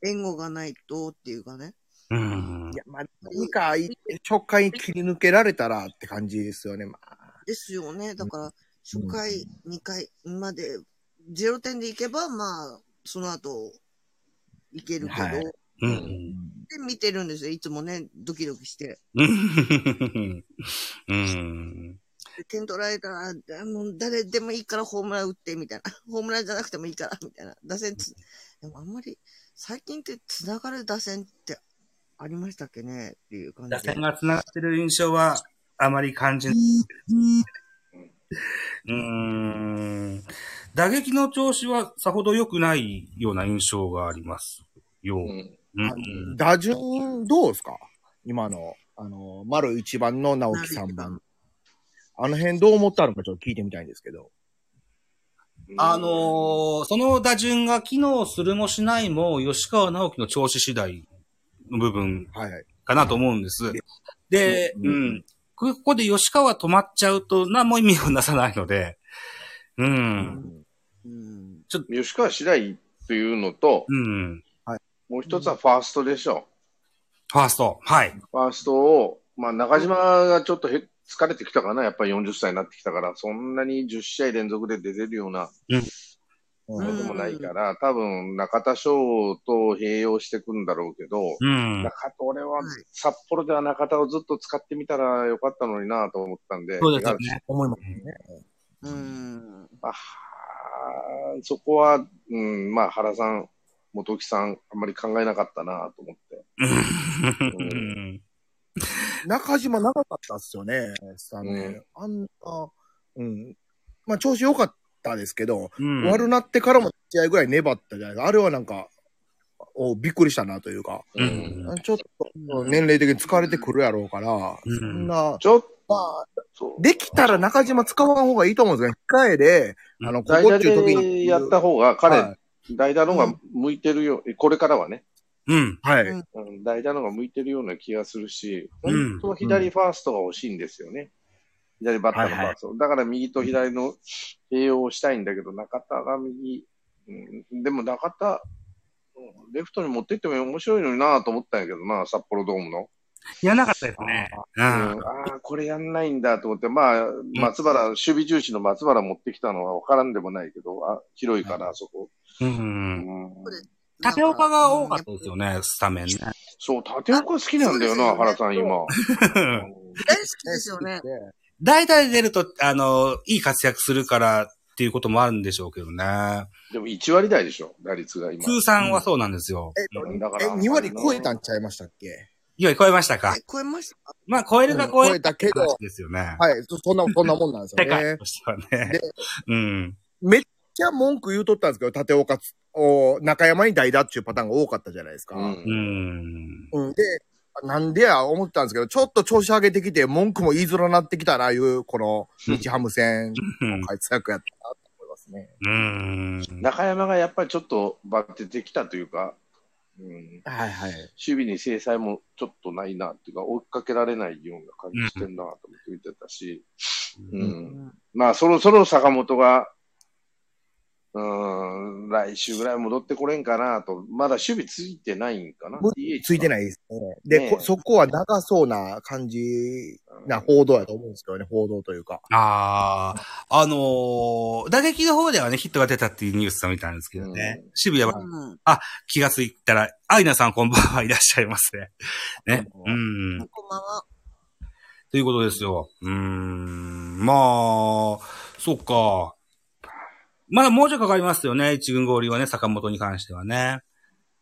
D: 援護がないとっていうかね。
A: うん
B: い。や、まあ、何か直回に切り抜けられたらって感じですよね。まあ、
D: ですよね。だから、
B: うん
D: 初回、2回まで、0点でいけば、まあ、その後、いけるけど、
B: はい
A: うん。
D: で見てるんですよ。いつもね、ドキドキして。
A: うん。うん。
D: で点取られたら、あもう誰でもいいからホームラン打って、みたいな。 (laughs) ホームランじゃなくてもいいから、みたいな。打線つ、でもあんまり、最近って繋がる打線ってありましたっけねっていう感
A: 打
D: じで
A: 線。が繋がってる印象はあまり感じない。うーん。打撃の調子はさほど良くないような印象がありますよ。う。
C: うんん。
A: うん
B: 打順どうですか今の、あの、丸1番の直樹3番。あの辺どう思ったのかちょっと聞いてみたいんですけど。
A: あのーその打順が機能するもしないも、吉川直樹の調子次第の部分
B: はいはい。
A: かなと思うんです。で、
B: う
A: うんん。ここで吉川止まっちゃうと何も意味をなさないので、う。
B: うん
D: うん。
C: 吉川次第というのと、
A: うん。
C: もう一つはファーストでしょ。
A: ファースト。はい。
C: ファーストを、まあ、中島がちょっとへ疲れてきたかな。やっぱり40歳になってきたから、そんなに10試合連続で出てるような
B: う
C: こ
B: ん
C: ともないから、多分中田翔と併用してくんだろうけど、
A: うん。
C: 中田、俺は
D: はい
C: 札幌では中田をずっと使ってみたらよかったのになと思ったんで、
A: そうですよね。
B: 思いますね。
D: うん。
C: あはーそこは、うん、まあ原さん、元木さん、あんまり考えなかったなと思って。
A: うん。
B: 中島長かったっすよね、スタメン。あんな、うん。まあ調子良かったですけど、
A: うん
B: 悪なってからも試合ぐらい粘ったじゃないですか。あれはなんか、おびっくりしたなというか、
A: うん
B: ちょっと年齢的に疲れてくるやろうから、
A: うん
B: そんな、
C: ちょっ
B: まあ、
C: と、
B: できたら中島使わん方がいいと思うんですよね。控えで、
A: うん
B: あの、こ
C: 代
B: こ
C: 打
B: っていう時に。
C: でやった方が、彼、
B: は
C: 代打の方が向いてるよ、これからはね、
A: うん。
B: い。
D: う
B: はい
D: ん
C: うん、代打の方が向いてるような気がするし、
A: うん
C: 本当は左ファーストが欲しいんですよね。左バッターのファースト。だから右と左の併用をしたいんだけど、中田が右、うん、でも中田、うんレフトに持ってっても面白いのになと思ったんやけどな、札幌ドームの。
A: やらなかったですね。うん。
C: うんああ、これやんないんだと思って、まあ、松原、守備重視の松原持ってきたのは分からんでもないけど、あ広いから、あそこ。
A: うん。
C: うん
A: 縦岡が多かったですよね、スタメンね。
C: そう、縦岡好きなんだよな、
D: あ
C: 原さん、今。
D: 大好きですよね。
A: 大体出ると、あの、いい活躍するからっていうこともあるんでしょうけどね。
C: でも1割台でしょ、打率が今。
A: 通算はそうなんですよ。
B: えっと、
C: だから
B: え、2割超えたんちゃいましたっけ
A: いや、超えましたか
D: え、。超えました
A: まあ、超えるか超えるか
B: たけど
A: 話、ですよね。
B: はい、そそんな、そんなもんなんです
A: (laughs) 世
B: よ
A: 界
B: ね
A: と。してはね
B: で。
A: うん。
B: めっちゃ文句言うとったんですけど、立岡つお中山に代打っていうパターンが多かったじゃないですか。
C: う。
B: うん。
A: うんん。
B: で、なんでや思ってたんですけど、ちょっと調子上げてきて、文句も言いづらなってきたな、いう、この、日ハム戦、
A: うん
B: 活躍やったなと思いますね。
A: うん。
C: 中山がやっぱりちょっとバッてできたというか、うん、
B: はいはい。
C: 守備に制裁もちょっとないなっていうか、追いかけられないような感じしてんなと思って見てたし、うん。まあ、そろそろ坂本が、うん、来週ぐらい戻ってこれんかなと、まだ守備ついてないんかな。
B: も
C: DH
B: ついて
C: い。
B: ないですね。
C: ね
B: で、
C: え
B: こそこは長そうな感じな報道やと思うんですけどね、報道というか。
A: ああ、あのー打撃の方ではね、ヒットが出たっていうニュースを見たんですけどね。渋谷は
D: うん
A: 気がついたら、アイナさんこんばんはいらっしゃいますね。ね。うん。
D: こんばんは。
A: ということですよ。うーん。まあ、そっか。まだもうちょいかかりますよね。一軍合流はね、坂本に関してはね。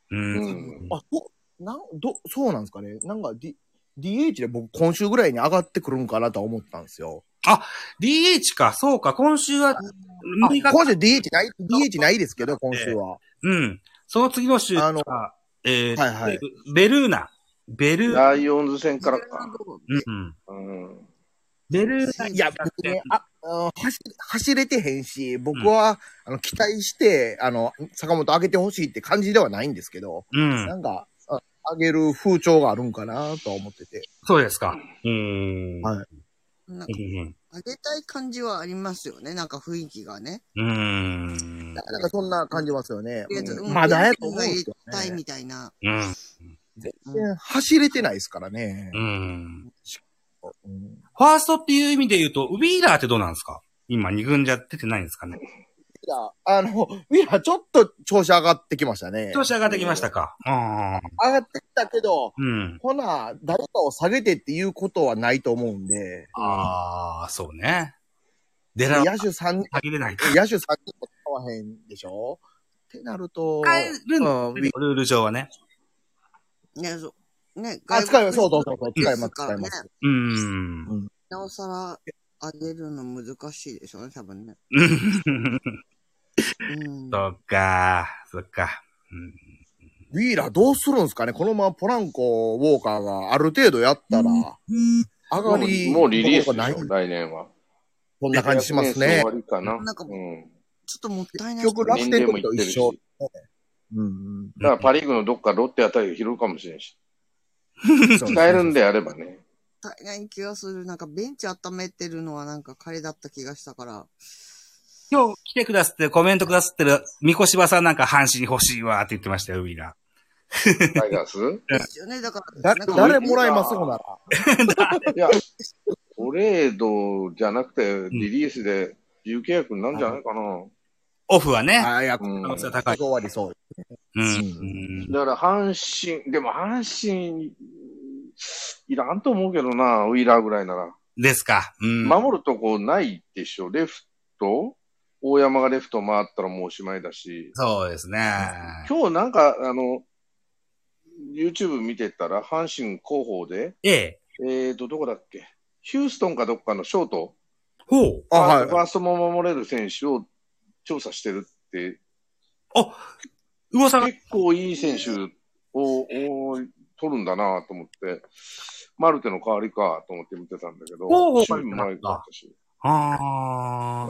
A: うん。
C: うん
B: あ、そう、なん、ど、そうなんですかね。なんか、D、DH で僕今週ぐらいに上がってくるんかなとは思ったんですよ。
A: DH か、そうか、今週は、
B: あ
A: 6日
B: 今週 DH ない、DH ないですけど、今週は。
A: うん。その次の週
B: あの
A: か、えー
B: はいはい
A: ベルーナ。ベルーナ。
C: ライオンズ戦からか。
A: うん。
C: うん。
A: ベルーナ
B: いや、僕ね、あ、うん走走れてへんし、僕は、あの、期待して、あの、坂本上げてほしいって感じではないんですけど、
A: うん
B: な。んか、あ上げる風潮があるんかなとは思ってて。
A: そうですか。うーん。
B: はい
D: な
A: う
D: んか
A: ん
D: あげたい感じはありますよね。なんか雰囲気がね。
A: うーん。
B: なんかそんな感じますよね。
D: うん
B: まだやと思うんで
D: 入
B: す
D: れ
B: けど
D: たい
B: ね。
D: みたいな。
A: うん。
B: 全然走れてないですからね
A: う。ん。
B: うん
A: ファーストっていう意味で言うと、ウィーラーってどうなんですか今、二軍じゃ出てないんですかね
B: いや、あの、 (laughs) ウィラーちょっと調子上がってきましたね。
A: 調子上がってきましたかあ
B: 上がってきたけど、
A: ーうん。
B: ほな、誰かを下げてっていうことはないと思うんで、
A: ああ、そうね。出ら
B: 野手三
A: 下げれない。
B: 野手三人も使わへんでしょってなると、
A: 変えるの
B: うん
A: ルール上はね。
D: ね、そう。ね、
B: あ、使います、そうそうそうそう、
D: うん
B: 使います、
D: ですか
B: 使い
D: らね
B: ます。
A: うーん。
D: なおさら、あげるの難しいでしょうね、多分ね。うん。
A: そっか、そっか。うん
B: ウィーラーどうするんですかねこのままポランコ、ウォーカーがある程度やったら、上が
C: も
B: り、
C: うもうリリース
B: な
C: で
B: い。
C: しょ、
B: こ
C: 来年は。
B: んな感じしますね
C: 終わ。りかな。
D: なんか
C: うん。
D: ちょっともったいない
B: 結局、楽
C: 年
B: 天
C: 齢
B: の
C: も
B: 時
C: いっ
B: と一
C: てるし。
B: 緒。うんうん。
C: だからパリーグのどっかロッテあたりが拾うかもしれんし。
B: そう
C: 使えるんであれ
B: (laughs)
C: ばね。
D: もったいない気がする。なんかベンチ温めてるのはなんか彼だった気がしたから。
A: 今日来てくださって、コメントくださってる、三越場さんなんか阪神欲しいわーって言ってましたよ、ウィーラ
C: タイガース
D: ですよね。だか
B: だ
D: ら、なんか
B: 誰もらいますほんなら。
C: いや、トレードじゃなくて、リリースで自由契約になるんじゃないかな。
A: ー。オフはね、
B: ああ、いや、こ
C: うん
A: 可能性は
B: こ
A: 高い。
B: 終わりそう。
A: うん。う
B: うん
A: ん
C: だから阪神、でも阪神、いらんと思うけどな、ウィーラーぐらいなら。
A: ですか。うん。
C: 守るとこないでしょ、レフト大山がレフト回ったらもうおしまいだし。
A: そうですね。
C: 今日なんか、あの、YouTube 見てたら、阪神広報で、
A: ええ。
C: えーと、どこだっけヒューストンかどっかのショート、
A: ほう。
B: あ、は
C: ファ
B: い。
C: ーストも守れる選手を調査してるって、
A: 噂が、
C: 結構いい選手を、おー取るんだなと思って、マルテの代わりかと思って見てたんだけど、
A: おー
C: 守備も前かったし。
A: あ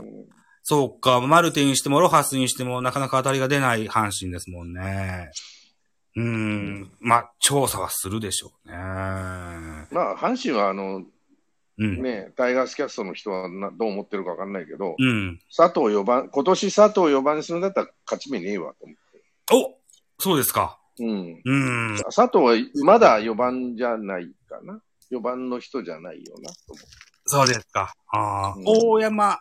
A: あ
C: う、ん
A: そうか、マルテにしてもロハスにしてもなかなか当たりが出ない阪神ですもんね。うーん、まあ、調査はするでしょうね。
C: まあ、阪神は、あの、
A: うん。
C: ね、タイガースキャストの人はなどう思ってるかわかんないけど、
A: うん。
C: 佐藤4番、今年佐藤4番にするんだったら勝ち目ねえわと思って。
A: おそうですか。
C: うん。
A: うーん。
C: 佐藤はまだ4番じゃないかな。4番の人じゃないよなと思
A: そうですか。ああ、
C: うん
A: 大山。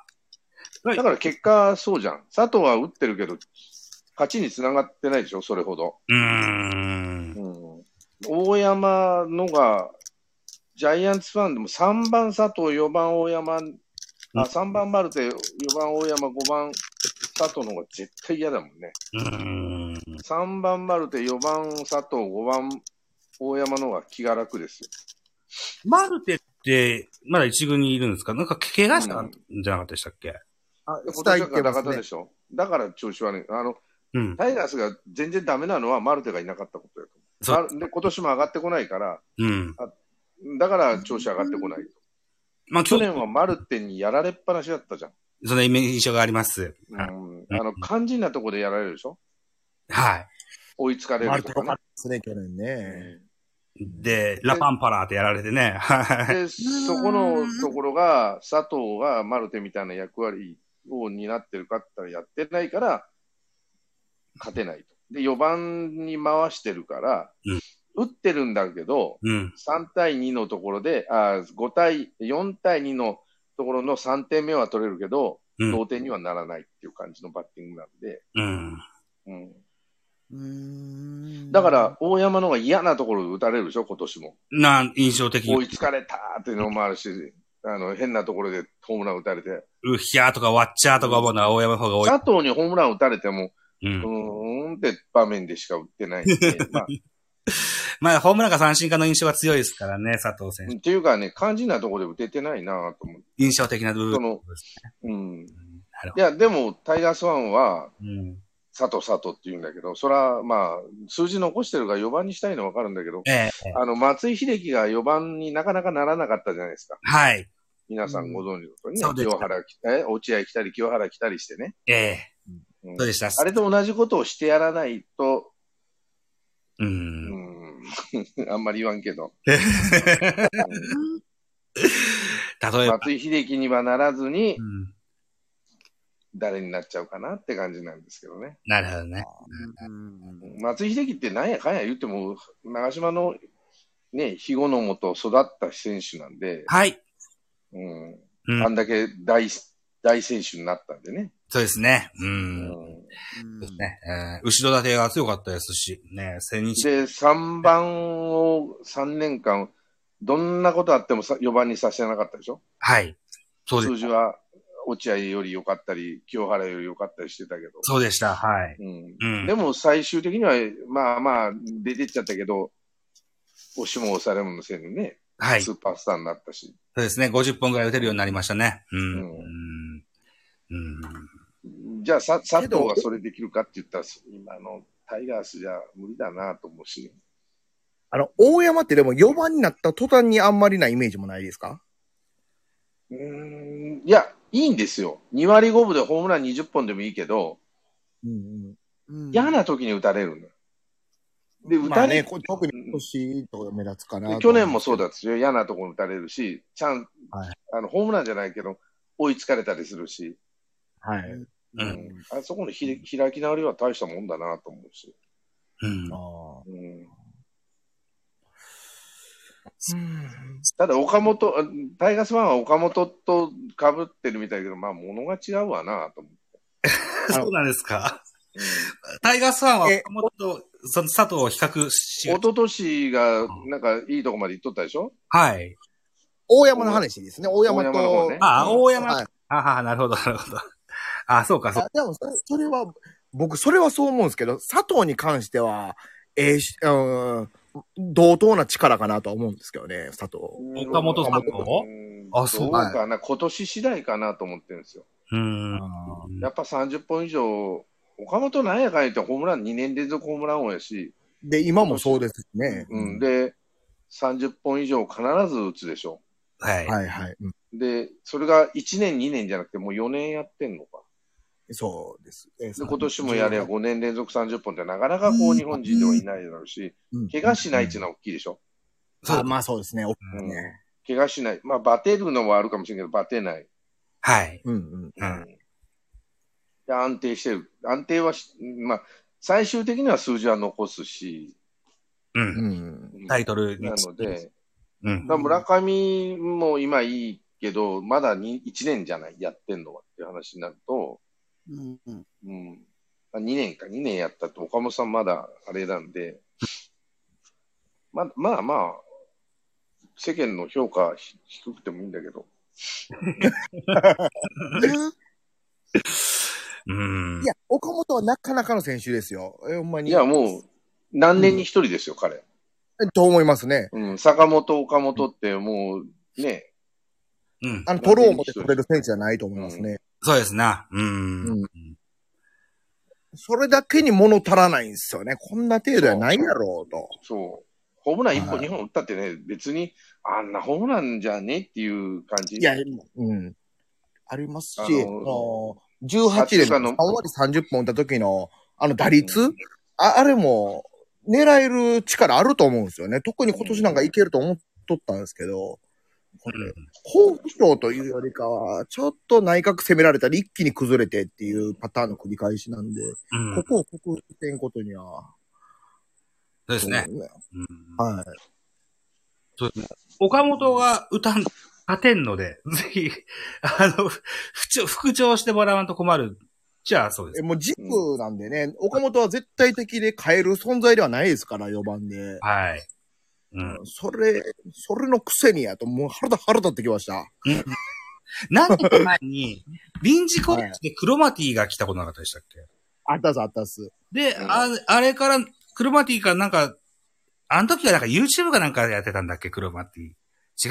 C: う。だから結果、そうじゃん。佐藤は打ってるけど、勝ちにつながってないでしょ、それほど。
A: うーん。
C: うん。大山のが、ジャイアンツファンでも3番佐藤、4番大山、あ3番マルテ、4番大山、5番佐藤の方が絶対嫌だもんね。
A: うーん。
C: 3番マルテ、4番佐藤、5番大山の方が気が楽ですよ。
A: マルテって、まだ一軍にいるんですかなんか、怪我したんじゃなかったでしたっけ
B: あ
C: 今
B: 伝え
C: 年は
B: て
C: ガ
B: ま
C: タ
B: す
C: ガタ
B: ね
C: で。しょ。だから調子悪い。あの、
A: うん。
C: タイガースが全然ダメなのはマルテがいなかったことだ
A: そう
C: と思うま。で、今年も上がってこないから、
A: うん。
C: だから調子上がってこない。
A: まあ、去
C: 去
A: 年
C: 年はマルテにやられっぱなしだったじゃん。
A: そのイメージ印象があります。
C: うん
A: うん
C: あの、肝心なとこでやられるでしょ
A: はい。
C: 追いつかれ
B: マ
C: る
B: ル
C: と
B: テ
C: か
B: 良かった。
C: ね
B: ですね、去年ね。
A: で、ラパンパラーってやられてね。はい。
C: で、そこのところが、佐藤がマルテみたいな役割を担ってるかって言ったらやってないから、勝てないと。で、4番に回してるから、
A: うん
C: 打ってるんだけど、
A: うん。
C: 3対2のところで、あ5対、4対2のところの3点目は取れるけど、
A: うん
C: 同点にはならないっていう感じのバッティングなんで、
A: うん。
C: うん、
D: うー
B: (laughs)
D: ん
C: だか、ら、大山の方が嫌なところで打たれるでしょ、今年も。
A: なん、印象的
C: 追
A: に
C: い。つかれたっていうのもあるし、あの、変なところでホームラン打たれて、
A: うひゃーとかわっちゃーとか思うのは大山の方が多い。
C: 佐藤にホームラン打たれても、
A: う。
C: うんーんって場面でしか打ってないんで、まあ、
A: まあ、ホームランか三振かの印象が強いですからね、佐藤選手。
C: っていうかね、肝心なところで打ててないなと思う。
A: 印象的な部
C: そ
A: 分。
C: の、うん。い
A: なるほど。
C: や、でも、タイガースファンは、
A: うん。
C: 佐藤佐藤って言うんだけど、そら、まあ、数字残してるから4番にしたいのはわかるんだけど、
A: ええ
C: あの、松井秀喜が4番になかなかならなかったじゃないですか。
A: はい。
C: 皆さんご存知のとりね、
A: そうです
C: 清原き、え、落合来たり、清原来たりしてね。
A: ええ
C: うん
A: そうでした。
C: あれと同じことをしてやらないと、
A: う。
C: うんん、あんま (laughs) り言わんけど、
A: 例えば。
C: 松井秀喜にはならずに
A: う、ん。
C: 誰になっちゃうかなって感じなんですけどね。
A: なるほどね。
D: うん
C: 松井秀喜ってなんやかんや言っても、長島のね、肥後のもと育った選手なんで、
A: はい。
C: うん、
A: うん
C: あんだけ大、大選手になったんでね。
A: そうですね。う。
C: うんん、
A: ですね。えー後ろ盾が強かったですし、ね、千日。
C: で、3番を3年間、どんなことあっても4番にさせなかったでしょ
A: はい。そうで
C: 数
A: す。
C: 字は落合より良かったり、清原より良かったりしてたけど。
A: そうでした。はい。
C: うん
A: うん。
C: でも最終的には、まあまあ、出てっちゃったけど、押しも押されもせぬね、
A: はい。
C: ス
A: そ
C: ーパースターになったし、
A: うですね。50本ぐらい打てるようになりましたね。うん。う
C: うん
A: ん。うん。
C: じゃあさ佐
B: け
C: 藤
B: ど
C: がそれできるかって言ったら、今のタイガースじゃ無理だなと思うし、
B: あの、大山ってでも4番になった途端にあんまりないイメージもないですか
C: うーん、いや、いいんですよ。2割5分でホームラン20本でもいいけど、
B: うんうん。
D: うん
C: 嫌な時に打たれるのよ。で、打
B: まあ
C: た
B: ね、
C: れ、
B: こ特に今年とか目立つかなと。
C: 去年もそうだったよ。嫌なところに打たれるし、チャン、
B: はい
C: あの、ホームランじゃないけど、追いつかれたりするし、
B: はい。
A: う。
C: うんん、あそこのひれ開き直りは大したもんだなと思うし。
A: うん
B: あ。あ
C: うん、
B: うん
C: ただ、岡本、あタイガースファンは岡本と被ってるみたいだけど、まあ、物が違うわなと思う。
A: そうなんですか。タイガースファンは、
B: え
A: もっと、その佐藤を比較し
C: 一、昨年が、なんか、いいとこまで行っとったでしょ
A: はい。
B: 大山の話ですね。大山と。
C: 大山の方ね
A: ああ、大山。
B: はい
A: ああ、なるほど、なるほど。あそうか、そう
B: あでもそれ、それは、僕、それはそう思うんですけど、佐藤に関しては、えーしうん、同等な力かなとは思うんですけどね、佐藤。
A: 岡本さんと
C: うん
A: あそう
C: どうかな、今年次第かなと思ってるんですよ。
A: う。うん。
C: やっぱ30本以上、岡本なんやかんやってホームラン2年連続ホームラン王やし、
B: で、今もそうですしね。
C: うん、で、30本以上必ず打つでしょ。
A: はい。
B: はいはい。うん
C: で、それが1年、2年じゃなくてもう4年やってんのか。
B: そうです。え
C: で、
B: ー
C: 今年もやれば
B: う
C: 5年連続30本ってなかなかこう日本人ではいないだろうし、
B: ん
C: 怪我しないっていうのは大きいでしょ。
A: そう
B: あまあそうですね。大きいね
C: 怪我しない。まあ、バテるのもあるかもしれんけど、バテない。
A: はい。
B: うんうん。
A: うん
C: で安定してる。安定はし、まあ、最終的には数字は残すし、
A: う。
B: うんん。
A: タイトルに
C: なので、
A: うん。
C: だから村上も今いいけど、まだに1年じゃない、やってんのはっていう話になると、
D: うんうん
C: うん、あ2年か、2年やったって、岡本さんまだあれなんで、ままあまあ、世間の評価ひ低くてもいいんだけど、
A: うん
B: い。や、岡本はなかなかの選手ですよ。えーほんまに。
C: いや、もう、何年に一人ですよ、彼。
B: と思いますね。
C: うん、坂本、岡本ってもう、ね、
A: うん。
B: あの、取ろう思って取れる選手じゃないと思いますね。
A: そうですな。うん。
B: うんそれだけに物足らないんですよね。こんな程度はないやろうと。
C: そう、ホームラン1本、
B: はい
C: 2本打ったってね、別に、あんなホームランじゃねっていう感じ。
B: いや、うん。ありますし、
C: あ
B: あ
C: の
B: の18で3割30本打った時の、あの打率、
C: うん
B: ああれも、狙える力あると思うんですよね。特に今年なんかいけると思っとったんですけど、これ、好不調というよりかは、ちょっと内角攻められたり一気に崩れてっていうパターンの繰り返しなんで、
A: うん。
B: ここを克服してんことには、
A: そうですね。うん
B: はい。
A: そうですね。岡本が歌ん、勝てんので、ぜひ、あの、ふ復調、復調してもらわんと困る。じゃあ、そうです
B: え。もうジムなんでね、岡本は絶対的で変える存在ではないですから、4番で。
A: はい。うん。
B: それ、それのくせにやと、もう腹立腹立ってきました。
A: 何年か前に、臨時コーチでクロマティが来たことなかったでしたっけ
B: あったっす、あったっす。
A: で、
C: うん
A: ああれから、クロマティかなんか、あの時はなんか YouTube かなんかやってたんだっけ、クロマティ。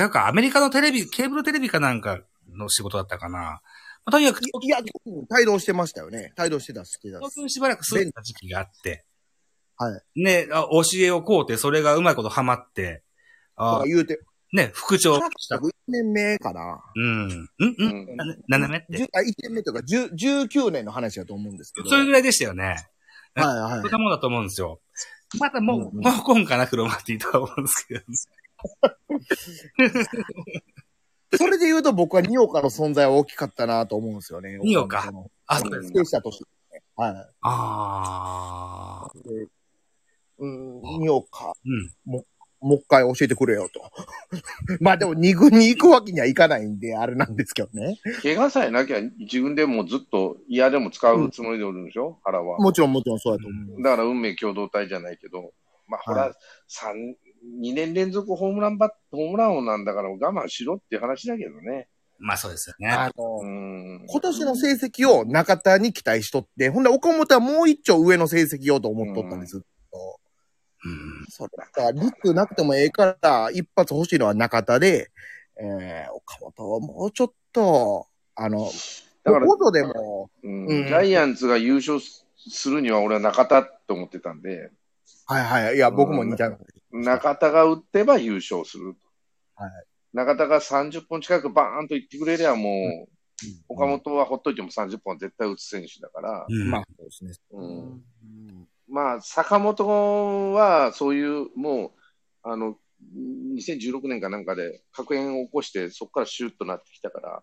A: 違うか、アメリカのテレビ、ケーブルテレビかなんかの仕事だったかな。まあ、とにかく、
B: いいや、帯同してましたよね。帯同してたっす、してたっ
A: 東
B: す
A: 京にしばらく住んでた時期があって。
B: は
A: ね、あ教えをこうて、それがうまいことハマって、あ
B: 言うて、
A: ね、復調した。
B: 1年目かな。
A: うん。んん
C: うん
A: な斜めって。
B: 10あ1年目というか、10 19年の話だと思うんですけど。
A: それぐ
B: ら
A: ら
B: い。
A: いでしたよね。
B: はい
A: そ
B: は
A: ういったもんだと思うんですよ。またもう、
B: うん
A: もう今かな、クロマティとは思うんですけど。
B: い。それで言うと僕は二岡の存在は大きかったなと思うんですよね。
A: 二岡
B: 本の。
A: あ、
B: そ
A: そう
B: う
A: で
B: ですす
A: か。
B: した年ですね。はい。
A: ああ。
B: うん、二岡、
A: うん。
B: もう一回教えてくれよと。 (laughs) まあでも二軍に行くわけにはいかないんで、あれなんですけどね。
C: 怪我さえなきゃ自分でもうずっと嫌でも使うつもりでおるんでしょ、原は。
B: もちろんもちろんそうだと思う。
C: だから運命共同体じゃないけど、まあ、ほ
B: は
C: ら、三二2年連続ホームランバッ、ホームラン王なんだから我慢しろっていう話だけどね。
A: まあそうですよね。
B: あ
C: う
B: の、
C: ん。
B: 今年の成績を中田に期待しとって、ほんで岡本はもう一丁上の成績をと思っとったんです。
A: うん。
B: それだから、リックなくてもええから、一発欲しいのは中田で、えー、岡本はもうちょっと、あの、
C: だから、
B: ここぞでも、
C: うん
B: うん
C: ジャイアンツが優勝すするには俺は中田って思ってたんで、
B: はいはい、いや、僕も似たようなこと言ってました
C: 中田が打ってば優勝する。
B: はい
C: 中田が30本近くバーンといってくれりゃもう、岡本はほっといても30本は絶対打つ選手だから、
A: うん。
B: まあ、そうですね。
C: うんまあ、坂本は、そういう、もう、あの、2016年かなんかで、確変を起こして、そこからシュッとなってきたから、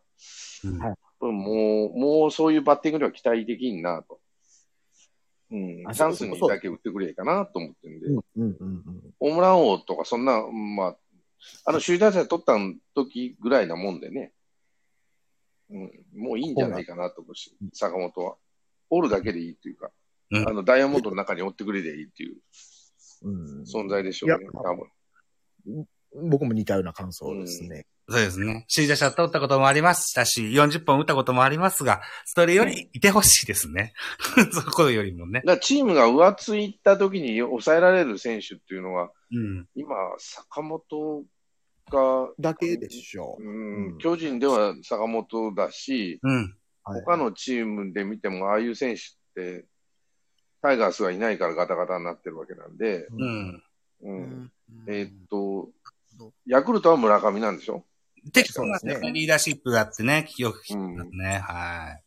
A: うん
B: はい
C: もう、もうそういうバッティングには期待できんなと。うん、チ
B: あ
C: ャンス
B: そう
C: に
B: そう
C: だけ打ってくれかなと思ってるんで、
B: うんうんうんうん。
C: ホームラン王とか、そんな、まあ、あの、首位打者取った時ぐらいなもんでね、うん、もういいんじゃないかなと思うし、坂本は。おるだけでいいっていうか、
A: うん
C: あの、ダイヤモンドの中に追ってくれでいいっていう。
B: うん
C: 存在でしょう
B: い
C: ね
B: や、
C: 多分。
B: 僕も似たような感想ですね。
A: そうですね。シージャシャ打ったこともありましたし、40本打ったこともありますが、それよりいてほしいですね。 (laughs) そこよりもね
C: だ。からチームが上ついた時に抑えられる選手っていうのは、
A: うん。
C: 今、坂本が、
B: だけでしょ
C: う
B: う。
C: ん
B: うん
C: 巨人では坂本だし、
A: うん。
B: はい
C: 他のチームで見ても、ああいう選手って、タイガースがいないからガタガタになってるわけなん
A: う
C: で、
B: うん
A: ん。
C: うん
D: うん
C: えーっと
D: うん、
C: ヤクルトは村上なんでしょ、
A: 適当な
B: そうですね
A: リーダーシップがあってね、よく聞き
C: うん
A: ますね。は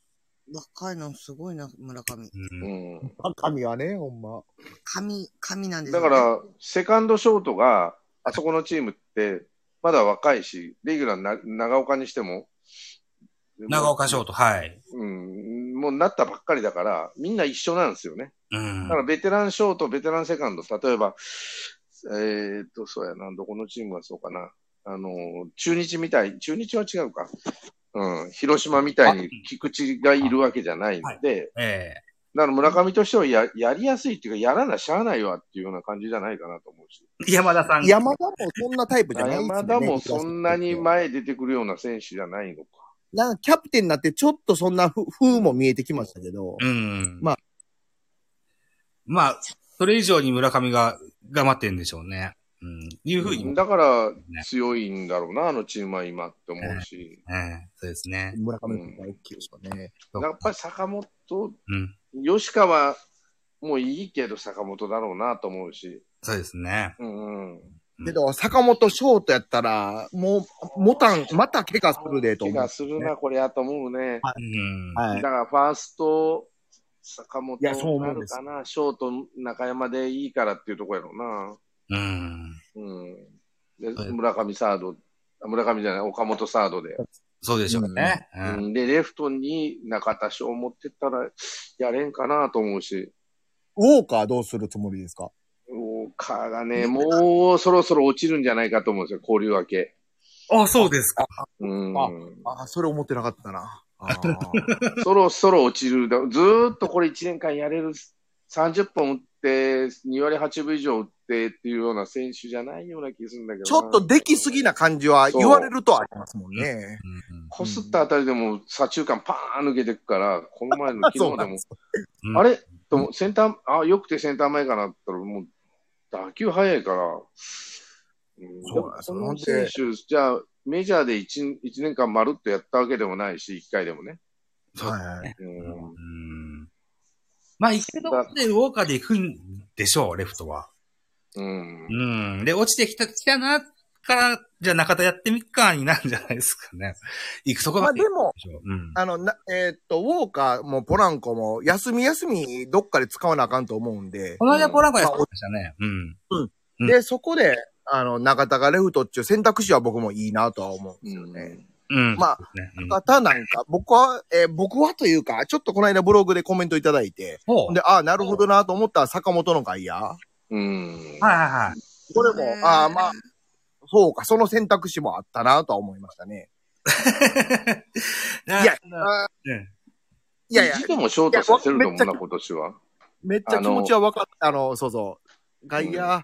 D: 若いのすごいな、村上
A: い。。う。
C: うんん
B: 神はね、ほんま。
D: 神、神なんです
C: だ
D: よ
C: か
D: ね、
C: ら、セカンドショートが、あそこのチームって、まだ若いし、レギュラーな長岡にしても、
A: 長岡翔と、はい。
C: うん、もうなったばっかりだから、みんな一緒なんですよね。
A: うん
C: だか。らベテランショート、ベテランセカンド、例えば、えーっと、そうやな、どこのチームがそうかな。あの、中日みたい、中日は違うか。うん、広島みたいに菊池がいるわけじゃないん
A: はい
C: で、
A: ええ。
C: だから村上としてはややりやすいっていうか、やらなしゃあないわっていうような感じじゃないかなと思うし。
A: 山田さん。
B: 山田もそんなタイプじゃないですね。
C: 山田もそんなに前出てくるような選手じゃないのか。
B: なんかキャプテンになってちょっとそんなふ風も見えてきましたけど。
A: うん。
B: まあ。
A: まあ、それ以上に村上が頑張ってんでしょうね。うん。いうふうにも。
C: だから強いんだろうな、あのチームは今って思うし。
A: ええ、そうですね。
B: 村上君が大きいでしょうね。
C: やっぱり坂本、
A: うん。
C: 吉川もいいけど坂本だろうなと思うし。
A: そうですね。
C: うんうん。
B: けど、坂本ショートやったら、もう、もたん、また怪我するでと
C: 気
B: 思う
C: が。するな、これやと思うね。
A: うん。
B: は
C: だ
B: い。
C: からファースト、坂本
B: いやそう
C: に
B: 思
C: な
B: うんで
C: る
B: す
C: かな、ショート、中山でいいからっていうところやろう
A: う
C: な。
A: ん。
C: うん。で、
A: はい
C: 村上サード、あ村上じゃない、岡本サードで。
A: そうでしょうね。う。
C: うんん、で、レフトに中田翔を持ってったら、やれんかなと思うし、
B: ウォーカーどうするつもりですか
C: ウォーーカーがね、もうそろそろ落ちるんじゃないかと思うんですよ、交流明け。
A: あ、そうですか。
C: うん。
B: あ、それ思ってなかったな。あー
C: そろそろ落ちるだ。ずーっとこれ1年間やれる、30本打って、2割8分以上打ってっていうような選手じゃないような気がするんだけどな。
B: ちょっとできすぎな感じは言われるとありますもんね。
C: こすったあたりでも左中間パーン抜けてくから、この前の
B: そ
C: 昨
B: う
C: 日
B: な
C: で
B: ん
C: も
B: で、す。
A: うん
C: あれともセンター、あ、よくてセンター前かなって言ったら、もう打球速いから、うん
B: そうなんですよ
C: この選手、じゃあ、メジャーで 1, 一年間まるっとやったわけでもないし、1回でもね。
A: そう
B: はいはい
C: う
A: う
C: ん
A: んまあ、行けど、ね、ウォーカーで行くんでしょう、レフトは。
C: うん
A: うん。で、落ちてきた、来たな、から、じゃあ中田やってみっか、になるんじゃないですかね。行くとこ
B: ま
A: ま
B: あ
A: で。
B: でも、
A: うん。
B: あの、なえーっと、ウォーカーもポランコも、休み休みどっかで使わなあかんと思うんで、
A: この間、ポランコやってましたね。うん。うん
B: で、そこで、あの、中田がレフトっていう選択肢は僕もいいなとは思うんですよね。
A: うん。
B: まあ、
A: ねうん
B: 中田なんか、僕は、えー僕はというか、ちょっとこの間ブログでコメントいただいて、
A: ほう。
B: で、ああ、なるほどなと思ったら坂本の外野。
C: うん。
A: はいはいはい。
B: これも、ああ、まあ、そうか、その選択肢もあったなとは思いましたね。
A: いや
B: いや
A: あうん
B: いやいや
C: 意、地でもショートさせると思う
B: いや
C: な、今年は。
B: めっちゃ気持ちは分かった。あの、そうそう。外野、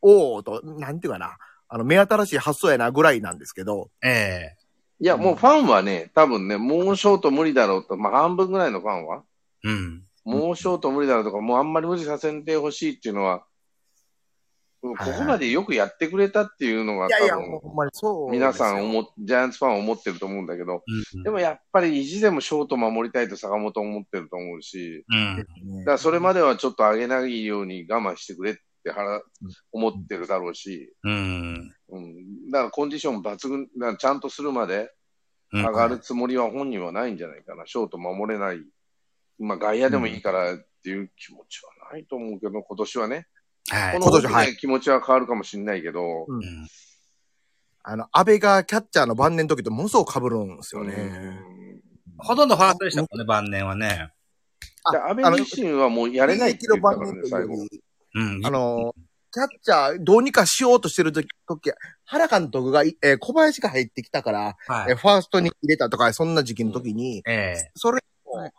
B: おおと、なんていうかな。あの、目新しい発想やなぐらいなんですけど、
A: ええ。
C: いや、もうファンはね、多分ね、もうショート無理だろうと、まあ半分ぐらいのファンは、
A: うん。
C: もうショート無理だろうとか、もうあんまり無理させんでほしいっていうのは、こ
B: はい
C: こまでよくやってくれたっていうのが
B: いやいや、
C: 多
B: ほ
C: 分、
B: んまにそうですよ。
C: 皆さん思っ、ジャイアンツファンは思ってると思うんだけど、
A: うん
C: でもやっぱり意地でもショート守りたいと坂本思ってると思うし、
A: うん。
C: だからそれまではちょっと上げないように我慢してくれって腹、思ってるだろうし、
A: うん。
C: うん。だからコンディション抜群、だからちゃんとするまで、
A: うん
C: 上がるつもりは本人はないんじゃないかな。ショート守れない。まあ外野でもいいからっていう気持ちはないと思うけど、今年はね。
A: はい。
C: この
B: 今年は
C: 大きな気持ちは変わるかもしれないけど、
B: うん
A: うん
B: あの、安倍がキャッチャーの晩年の時とものすごく被るんですよ
C: うん
B: ね。
A: ほとんどファーストでしたもんね、晩年はね。
B: あ
C: で安倍自身はもうやれないって言ったから
B: 現
C: ね、
B: 役の晩
C: 最
B: 年と
C: 後。
B: いうより
A: うん。
B: あの、キャッチャーどうにかしようとしてる時、時原監督が、えー小林が入ってきたから、
A: は
B: えー
A: い。
B: ファーストに入れたとか、そんな時期の時に、
A: ええ。
B: それも、えー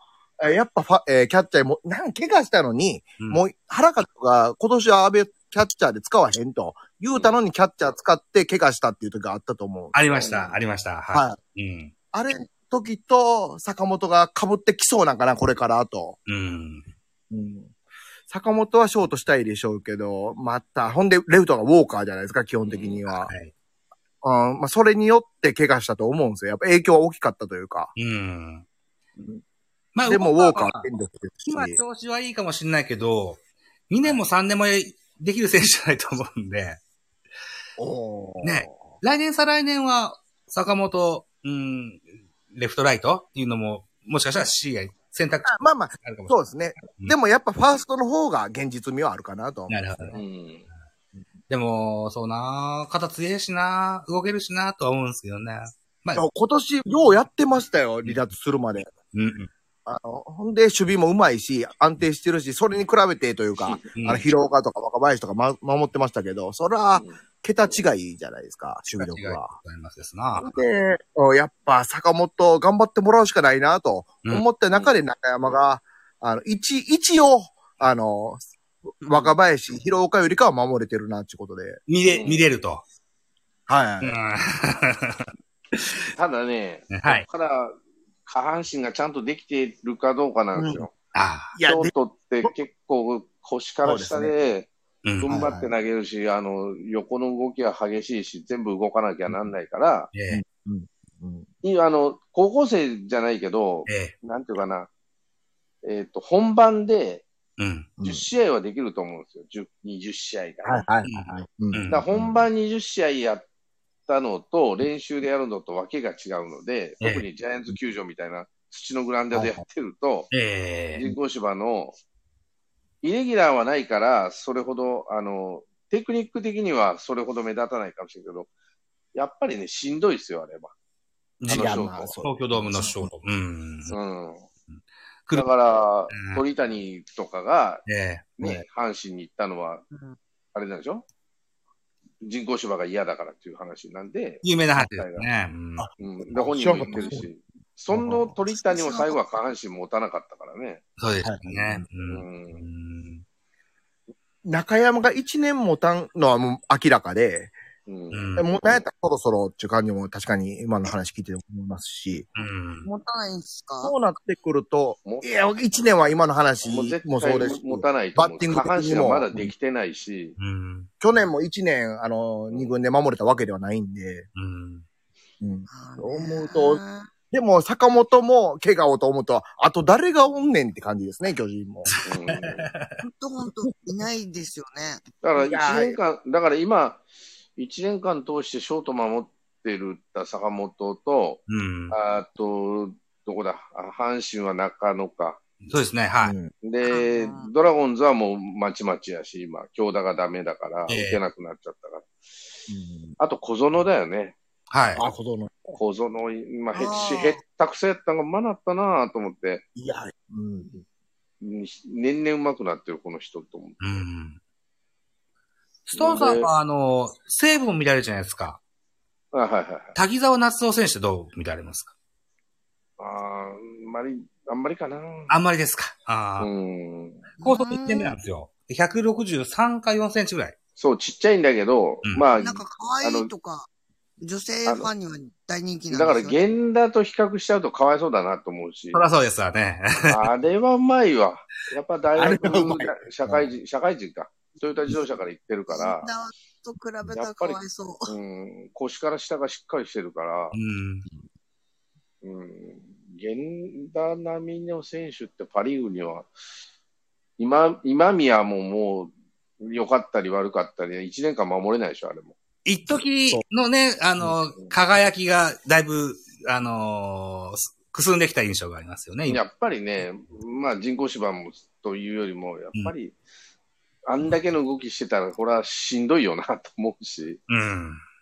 B: やっぱファ、えーキャッチャーも、なん怪我したのに、
A: うん
B: もう原監督が今年は安倍キャッチャーで使わへんと、言うたのにキャッチャー使って怪我したっていう時があったと思う。
A: ありました、ありました。
B: はい。
A: い。うん。
B: あれ時と坂本が被ってきそうなんかな、これからと。
A: うん。
B: うん坂本はショートしたいでしょうけど、また、ほんで、レフトがウォーカーじゃないですか、基本的には。
A: はい。
B: うん、まあ、それによって怪我したと思うんですよ。やっぱ影響は大きかったというか。
A: うん。ま
B: でも、ウォーカー
A: は
B: は戦力です
A: 今
B: し。
A: 調子はいいかもしれないけど、2年も3年もできる選手じゃないと思うんで、
B: おー
A: ね来年再来年は坂本、うん、レフトライトっていうのも、もしかしたら C が選択肢
B: まあまあ、
A: あるかもしれ
B: そ
A: な
B: う
A: い。
B: ですね。
A: うん
B: でも、やっぱファーストの方が現実味はあるかなと思う。
A: なるほどね。
C: うん
A: でも、そうなぁ、肩強いしなぁ、動けるしなぁとは思うんですけどね。まあ、
B: 今年、ようやってましたよ、離脱するまで。
A: うんうん。
B: あの、ほんで、守備もうまいし、安定してるし、それに比べてというか、
A: うん
B: あの、広岡とか若林とか、ま、守ってましたけど、そら、桁違いじゃないですか、守備
A: 違い
B: 力
A: で
B: は。
A: ございますですな。
B: で、おやっぱ坂本頑張ってもらうしかないなと
A: うん
B: 思った中で中山が、あの、一、一応、あの、若林、広岡よりかは守れてるなってことで。
A: 見れ、見れると。
B: は
A: う
B: い。
A: ん。
C: ただね、
A: (laughs) はい
C: ここから下半身がちゃんとできてるかどうかなんですよ。
A: あ
B: い
C: シ
B: や、
C: ョ
B: で
C: ートって結構腰から下
B: そう
C: で
A: ーうん
C: 踏ん張って投げるし、あの、横の動きは激しいし、全部動かなきゃなんないから、
A: え
B: うん
C: いあの、高校生じゃないけど
A: え、、え
C: なんていうかな、えっ、と、本番
A: え、
C: で
A: うん。
B: うん
C: 10試合はできると思うんですよ。10 20試合が。
B: はいはいはい。うん
A: うん
C: だから本番20試合やったのと、練習でやるのとわけが違うので、
A: ええ
C: 特にジャイアンツ球場みたいな土のグラウンドでやってると、
A: ええ
C: 人工芝の、イレギュラーはないから、それほど、あの、テクニック的にはそれほど目立たないかもしれないけど、やっぱりね、しんどいですよ、あれは。
A: じ
B: い
A: 東
B: や
C: ショート
B: まあそう
A: 京ドームのショート。うん。
C: うん。だから
A: うん、
C: 鳥谷とかが、
A: ええ
C: ね、阪神に行ったのは
D: うん、
C: あれなんでしょ人工芝が嫌だからっていう話なんで、
A: 有名な話ですね。うん
C: うん、で本人も言ってるし、その鳥谷も最後は下半身持たなかったからね。
A: そうですね。う
C: うん、
A: うんん
B: 中山が1年もたんのはもう明らかで、
C: うん
A: うん
B: もうなんやったらそろそろっていう感じも確かに今の話聞いてて思いますし、
A: うん
D: 持たないんすか
B: そうなってくると、
C: も
B: いや、1年は今の話
C: もう絶
B: もそうです
C: 対
B: し、
C: 持たないと思
B: バッ
C: う。
B: ティング
C: 下
B: 的にも
C: 半身がまだできてないし、
A: うん
B: 去年も1年、あの、2軍で守れたわけではないんで、
A: うん
B: うん
D: あ
B: そう思う
D: ー
B: と
D: ね
B: でも、坂本も怪我をと思うと、あと誰がおんねんって感じですね、巨人も。
C: うん、だか
D: ほんとほんといないですよね。
C: ら
B: いや
C: 1年間、だから今、1年間通してショート守ってるった坂本と、
A: うん
C: あと、どこだ、あ阪神は中野か。
A: そうですね、はい。
B: うん
C: で
D: あ、ー
C: ドラゴンズはもうまちまちやし、今、京田がダメだから、
A: ええ
C: 打てなくなっちゃったから。あと小園だよね。
A: はい。
B: あ、ほどの。
C: 小園、今、へっ
D: あ
C: し、
D: ー
C: へったくそやったんがうまなったなぁと思って、
B: いや、うん。
C: うん年々うまくなってる、この人と思って。
A: うんストーンさんは、あの、西武も見られるじゃないですか。
C: あはいはいはい。
A: 滝沢夏夫選手どう見られますか
C: あーあんまり、あんまりかな
A: あんまりですか。ああ。
C: うん。
A: 高速1点目なんですよ。163か4センチぐらい。
C: そう、ちっちゃいんだけど、
A: うん
C: まあ、
D: なんか可愛いとか、女性ファンには大人気なん
C: だから
D: ですよね、
C: 源田と比較しちゃうとかわいそうだなと思うし
A: そ、らそうですわね。
C: あれはうまいわ。やっぱ大
B: あれ
C: 学
B: はうまい
C: 社会人、社会人か。トヨタ自動車から行ってるか
D: なと比べたらかわいそう。
C: ら、うん、腰から下がしっかりしてるから
A: う、ん。
C: うん、源田並みの選手ってパリーグには、今、今宮ももう、良かったり悪かったり、1年間守れないでしょ、あれも。
A: 一時のね、あの、輝きがだいぶ、あのーすくすんできた印象がありますよね、
C: や
A: 今。
C: っぱりね、まあ人工芝もというよりも、やっぱり、あんだけの動きしてたら、これはしんどいよなと思うし、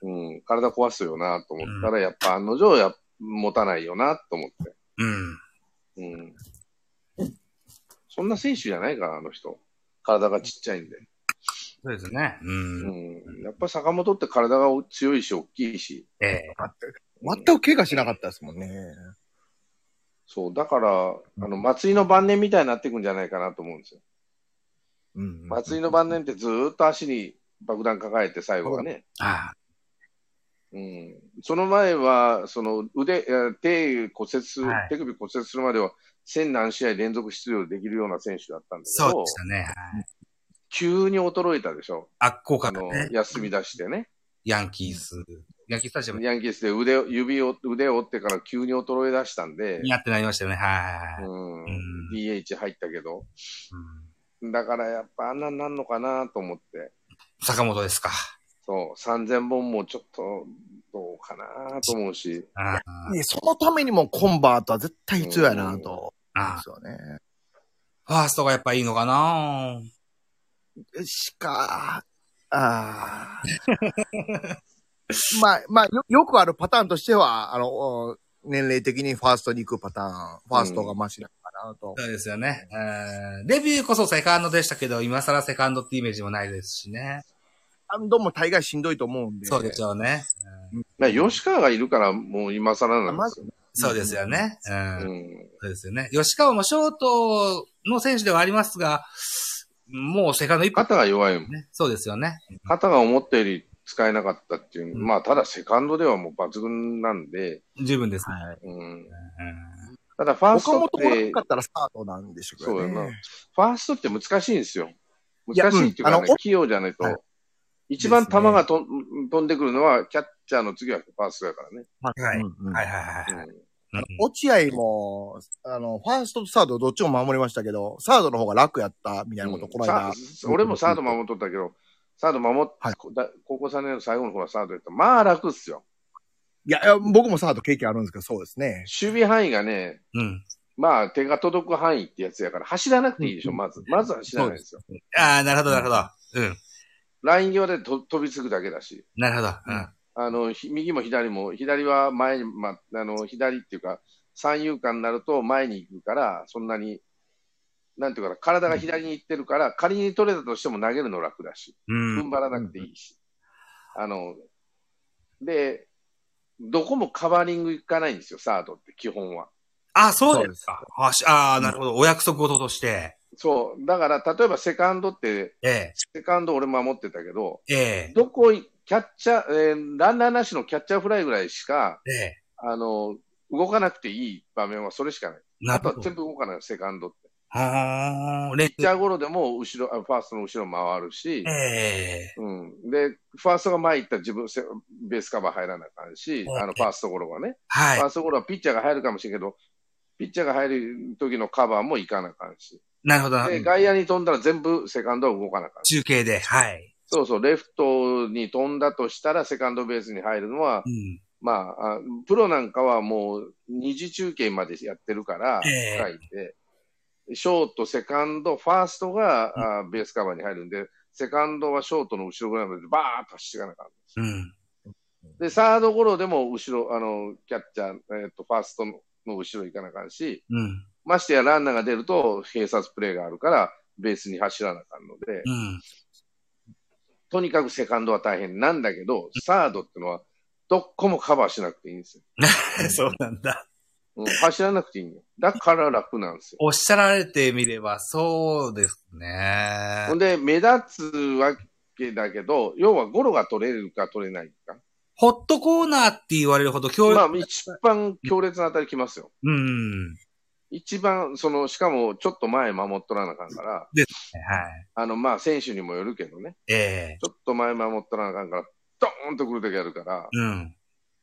A: うん。
C: うん、体壊すよなと思ったら、やっぱ案の定や、持たないよなと思って。
A: うん。
C: うん。そんな選手じゃないから、あの人。体がちっちゃいんで。
A: そうですね。う。
C: うんん。やっぱ坂本って体が強いし、大きいし。
A: ええ。
B: 全く怪我しなかったですもんね。
C: そう、だから、あの、松井の晩年みたいになっていくんじゃないかなと思うんですよ。
B: うん。
C: 松井の晩年ってずーっと足に爆弾抱えて最後はね。
A: ああ。
C: うんその前は、その腕、えー手骨折する
A: はい
C: 手首骨折するまでは、千何試合連続出場できるような選手だったんです
A: そ
C: け
A: う
C: ど
A: でし、たね。
C: 急に衰えたでしょ、
A: あっこか
C: あ
A: ら
C: の
A: ね。
C: 休み出してね、
A: ヤンキース。ヤンキースタジアム
C: ヤンキースで腕を指を腕を折ってから急に衰え出したんで、
A: になってなりましたよね。はい。
C: うん
A: うん
C: DH 入ったけど、
A: うん
C: だからやっぱあんなんなんのかなと思って、
A: 坂本ですか。
C: そう3000本もちょっとどうかなと思うし、
A: あ
B: ねそのためにもコンバートは絶対必要やなと。
A: あ。
B: そうですよね。
A: ファーストがやっぱいいのかな
B: しか、
A: (laughs)
B: ああ。まあ、まあよ、よくあるパターンとしては、あの、お年齢的にファーストに行くパターン、ファーストがマシなのかなと。
A: そうですよね。うんデビューこそセカンドでしたけど、今更セカンドってイメージもないですしね。
B: 何度も大概しんどいと思うんで。
A: そうでしょうね。うん
C: まあ、吉川がいるからもう今更なんですよ。
A: そうですよね。うん
C: うん
A: そうですよね。吉川もショートの選手ではありますが、もうセカンド一歩
C: 肩が弱いもん。
A: ね。そうですよね。
C: 肩が思ったより使えなかったっていう。
A: うん
C: まあ、ただセカンドではもう抜群なんで、
A: 十分です。
B: はい。
C: うん。
A: うん
C: ただファース
B: 岡
C: トっ
B: 本も
C: て
B: な、かったらスタートなんでしょうけ
C: そ
B: ど
C: うや
B: ね。
C: な。ファーストって難しいんですよ。
B: いや
C: 難しいっていうか
B: うんあ
C: ね
B: の、
C: 器用じゃないと。
B: はい
C: 一番
B: ですね
C: 球がとん飛んでくるのは、キャッチャーの次はファーストだからね。
A: はい
B: うんうん
A: はいはいはいはい。うん
B: 落合も、あの、ファーストとサードどっちも守りましたけど、サードの方が楽やったみたいなこと、この間
C: さ。俺もサード守っとったけど、サード守っ、
B: はい
C: こだ高校3年の最後の方はサードやった。まあ楽っすよ。
B: いや、いや僕もサード経験あるんですけど、そうですね。
C: 守備範囲がね、
A: うん。
C: まあ手が届く範囲ってやつやから、走らなくていいでしょ、まず。まずは走らないですよ。
A: ああ、なるほど、なるほど。うん。
C: ライン際でと飛びつくだけだし、
A: なるほど。うん。
C: あのひ右も左も、左は前に、ま、あの左っていうか、三遊間になると前に行くから、そんなになんていうかな、体が左に行ってるから、仮に取れたとしても投げるの楽だし、
A: うん。
C: 踏ん張らなくていいし。あの、で、どこもカバーリング行かないんですよ、サードって、基本は。
A: あ、そうですか。あしあー、なるほど。お約束事として。
C: そう。だから、例えばセカンドって、
A: え
C: セカンド俺守ってたけど、
A: え、え
C: どこい、キャッチャー、えーランナーなしのキャッチャーフライぐらいしか、
A: え、ええ。
C: あの、動かなくていい場面はそれしかない。
A: な
C: あ
A: る
C: と
A: ほ
C: は
A: ど
C: 全。部動かない、セカンドって。
A: はーん。レッ
C: ピッチャーゴロでも、後ろ、あファーストの後ろ回るし、
A: ええ、
C: うん。で、ファーストが前行ったら自分、せベースカバー入らなあかんし、
A: はい
C: あの、ファーストゴロがね。
A: はい
C: ファー。ストゴロはピッチャーが入るかもしれんけど、ピッチャーが入る時のカバーも行かなあかんし。
A: なるほど。
C: で、外野に飛んだら全部セカンドは動かなあかん。
A: 中継で、はい。
C: そうそう、レフトに飛んだとしたら、セカンドベースに入るのは
A: う、ん。
C: まあ、あプロなんかはもう、二次中継までやってるから、
A: ええ
C: 書いて、ショート、セカンド、ファーストが、あベースカバーに入るんで、セカンドはショートの後ろぐらいまでバーッと走っていかなあかん。
A: うん。
C: で、サードゴロでも後ろ、あの、キャッチャー、えっ、と、ファーストの後ろ行かなあかんし、
A: うん。
C: ましてやランナーが出ると、併殺プレーがあるから、ベースに走らなあかんので、
A: うん。
C: とにかくセカンドは大変なんだけど、サードってのは、どこもカバーしなくていいんですよ。
A: (laughs) そうなんだ。
C: うん、走らなくていいんよ。だから楽なんですよ。
A: おっしゃられてみれば、そうですね
C: ほ。んで、目立つわけだけど、要はゴロが取れるか取れないか。
A: ホットコーナーって言われるほど強力。
C: まあ、一番強烈な当たり来ますよ。
A: うん。は
C: 一番、その、しかも、ちょっと前守っとらなあかんから、
A: い。
C: あの、まあ、選手にもよるけどね、
A: ええ。
C: ちょっと前守っとらなあかんから、ドーンと来るときあるから、
A: うん。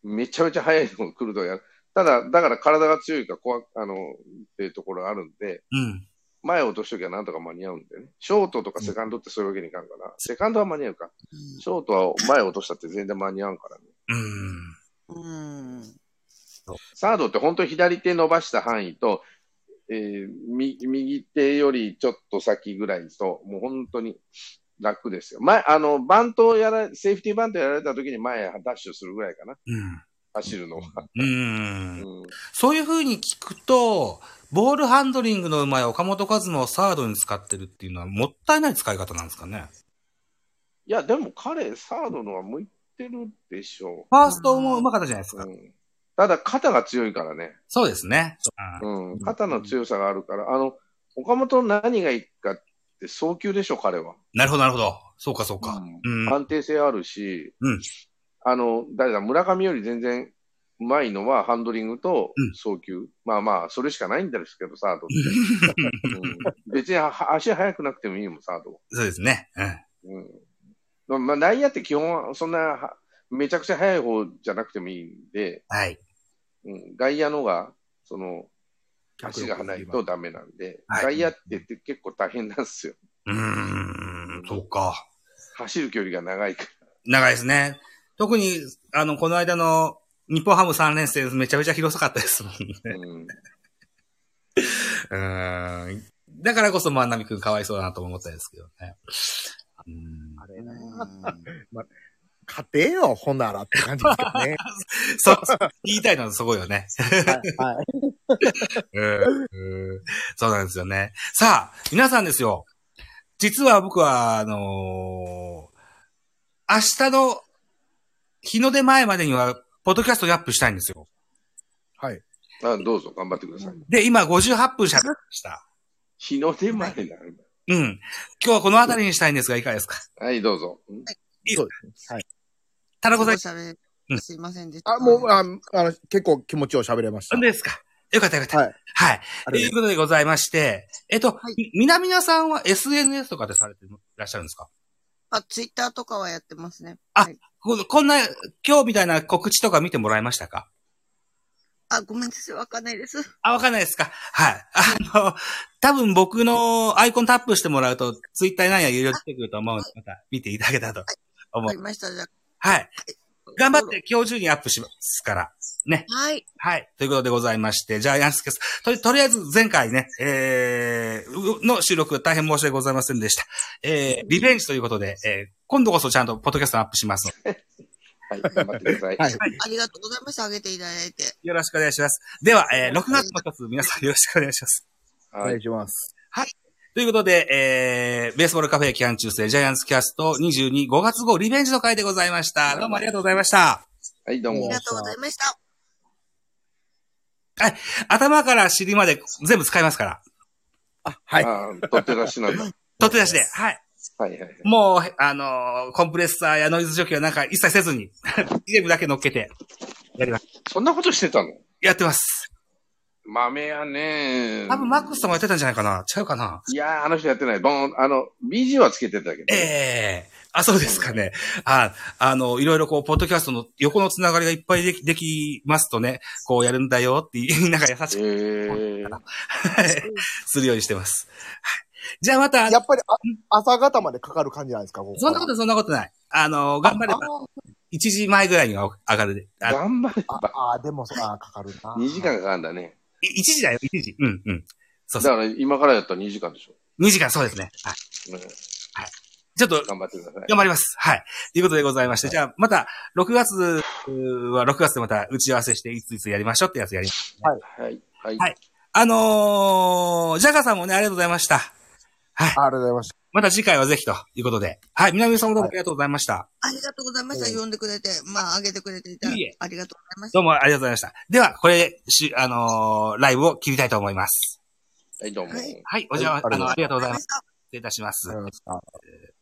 C: めちゃめちゃ速いのが来るときある。ただ、だから体が強いか、怖くあの、っていうところがあるんで、
A: うん。
C: 前を落としときゃなんとか間に合うんでね。ショートとかセカンドってそういうわけにいかんから、セカンドは間に合うか。ショートは前を落としたって全然間に合うからね。
A: うん。
D: うん。うん。
C: サードって本当に左手伸ばした範囲と、えーみ右手よりちょっと先ぐらいと、もう本当に楽ですよ。前、あの、バントをやら、セーフティーバントやられた時に前ダッシュするぐらいかな。
A: うん。
C: 走るのは。
A: うん。
C: うん
A: そういう風に聞くと、ボールハンドリングのうまい岡本和真をサードに使ってるっていうのはもったいない使い方なんですかね。
C: いや、でも彼、サードのは向いてるでしょ
A: ファーストもうまかったじゃないです
C: う。う
A: か。
C: ん、ただ、肩が強いからね。
A: そうですね。
C: うん。肩の強さがあるから、あの、岡本の何がいいかって、早急でしょ、彼は。
A: なるほど、なるほど。そうか、そうか。うん。
C: 安定性あるし、
A: うん
C: あの、誰だ、村上より全然うまいのはハンドリングと
A: うん
C: 送球。まあまあ、それしかないんですけど、サード
A: (laughs)
C: って。うん別には足速くなくてもいいもん、サードは。
A: そうですね。うん。
C: うん。まあ、内野って基本はそんなは、めちゃくちゃ速い方じゃなくてもいいんで、
A: はい。
C: うん、外野のが、その、足が速いとダメなんで、
A: はい
C: 外野ってって結構大変なんですよ。
A: うーん、そうか。
C: 走る距離が長いから。
A: 長いですね。特に、あの、この間の日本ハム3連戦めちゃめちゃ広かったですもん (laughs) ね。
C: うん
A: うーん。だからこそ万波くんかわいそうだなとも思ったんですけどね。うん
B: あれな勝てよ、ほんならって感じですけどね。
A: そう、 (laughs) 言いたいのはすごいよね。
B: (laughs) はいはい。
A: うんうんそうなんですよね。さあ、皆さんですよ。実は僕は、あのー明日の日の出前までには、ポッドキャストをアップしたいんですよ。
B: はい。
C: あどうぞ頑張ってください。
A: で、今58分しゃべりました。
C: 日の出前なんだ。
A: うん。今日はこの辺りにしたいんですが、いかがですか
C: はい、どうぞ。
B: そうですね。はい。
A: 田中さん、い
D: しゃべ
A: うん
D: すいませんでした。
B: あ、もう、ああの、結構気持ちを喋れました。
A: かがですかよかったよかった。
B: はい。
A: はい。と
B: あ
A: い
B: りが
A: う
B: と
A: ことでございまして、えっと、
D: はい
A: み南皆さんは SNS とかでされていらっしゃるんですか
D: あ、ツイッターとかはやってますね。
A: ここんな、今日みたいな告知とか見てもらいましたか
D: あ、ごめんなさい。わかんないです。
A: あ、わかんないですかはい。あの、多分僕のアイコンタップしてもらうと、ツイッターなんや有料出てくると思うんで、また見ていただけたらと思
D: わ
A: う
D: かり。ました。じゃあ、
A: はい。頑張って今日中にアップしますから。ね。
D: はい。
A: はい。ということでございまして、じゃあ、ヤンスケさん。と、とりあえず前回ね、えー、うの収録大変申し訳ございませんでした。えー、リベンジということで、えー、今度こそちゃんとポッドキャストアップしますので、
C: はい、頑張ってくだ
A: (laughs)
C: さい。
B: はい
D: ありがとうございました。あげていただいて。
A: よろしくお願いします。では、えー、6月の一つ、皆さんよろしくお願いします。
B: う。お
C: は
B: 願
C: い
B: い。します。
A: ということで、えー、ベースボールカフェ期間中世ジャイアンツキャスト22、5月号リベンジの回でございました。どうもありがとうございました。
C: はい、どう
D: あ
C: も
D: り。がとうございました。
A: 頭から尻まで全部使いますから。
B: あ、はい。
C: あー取って出しなんだ。
A: 取って出しで。はい。
C: はいはいはい。
A: もう、あのーコンプレッサーやノイズ除去はなんか一切せずに、 (laughs) ゲームだけ乗っけて、やります。
C: そんなことしてたの
A: やってます。
C: 豆やね
A: 多分マックスさんもやってたんじゃないかな違うかない
C: やー、あの人やってない。ボーン、あの、BG はつけてたけど。
A: ええあ、そうですかね。あ、あの、いろいろこう、ポッドキャストの横のつながりがいっぱいできできますとね、こうやるんだよって言いながら優しく
C: ええ
A: するようにしてます。はい。じゃあまた
B: や、っぱりあ朝方までかかる感じなんですか、ここ
A: そんなことそんなことない。あのー頑張れば、1時前ぐらいには上がるで。あ
C: 頑張れ
B: あ
C: ば。
B: あ、でもさ、かかるな。
C: 2時間かかるんだね。
A: い1時だよ、1時。うん、うん。そ
C: だ
A: うそ
C: から今からやったら2時間でしょ。
A: う。2時間、そうですね。はい。
C: うん
A: ちょっと、
C: 頑張ってください。
A: 頑張ります。はい。ということでございまして、じゃあ、また、6月は6月でまた打ち合わせして、いついつやりましょうってやつやります。
C: はい。はい。
A: はいあのー、ジャガさんもね、ありがとうございました。
B: あありがとうございました。
A: また次回はぜひということで。はい。南さんもどうもありがとうございました。
D: ありがとうございまし
B: う
D: た。
B: ん
D: 呼んでくれて、まあ、あげてくれていた。
A: いえ
D: ありがとうございました
A: どうもありがとうございました。では、これで、しあのー、ライブを切りたいと思います。
C: はい、どうも。
D: はい
A: はい。お邪魔、
B: はいあ
A: あ
B: りがとうございます
A: の、ありがとうございま
D: まし
A: す。
D: た。
A: 失礼いたします
B: あり。がとうございました。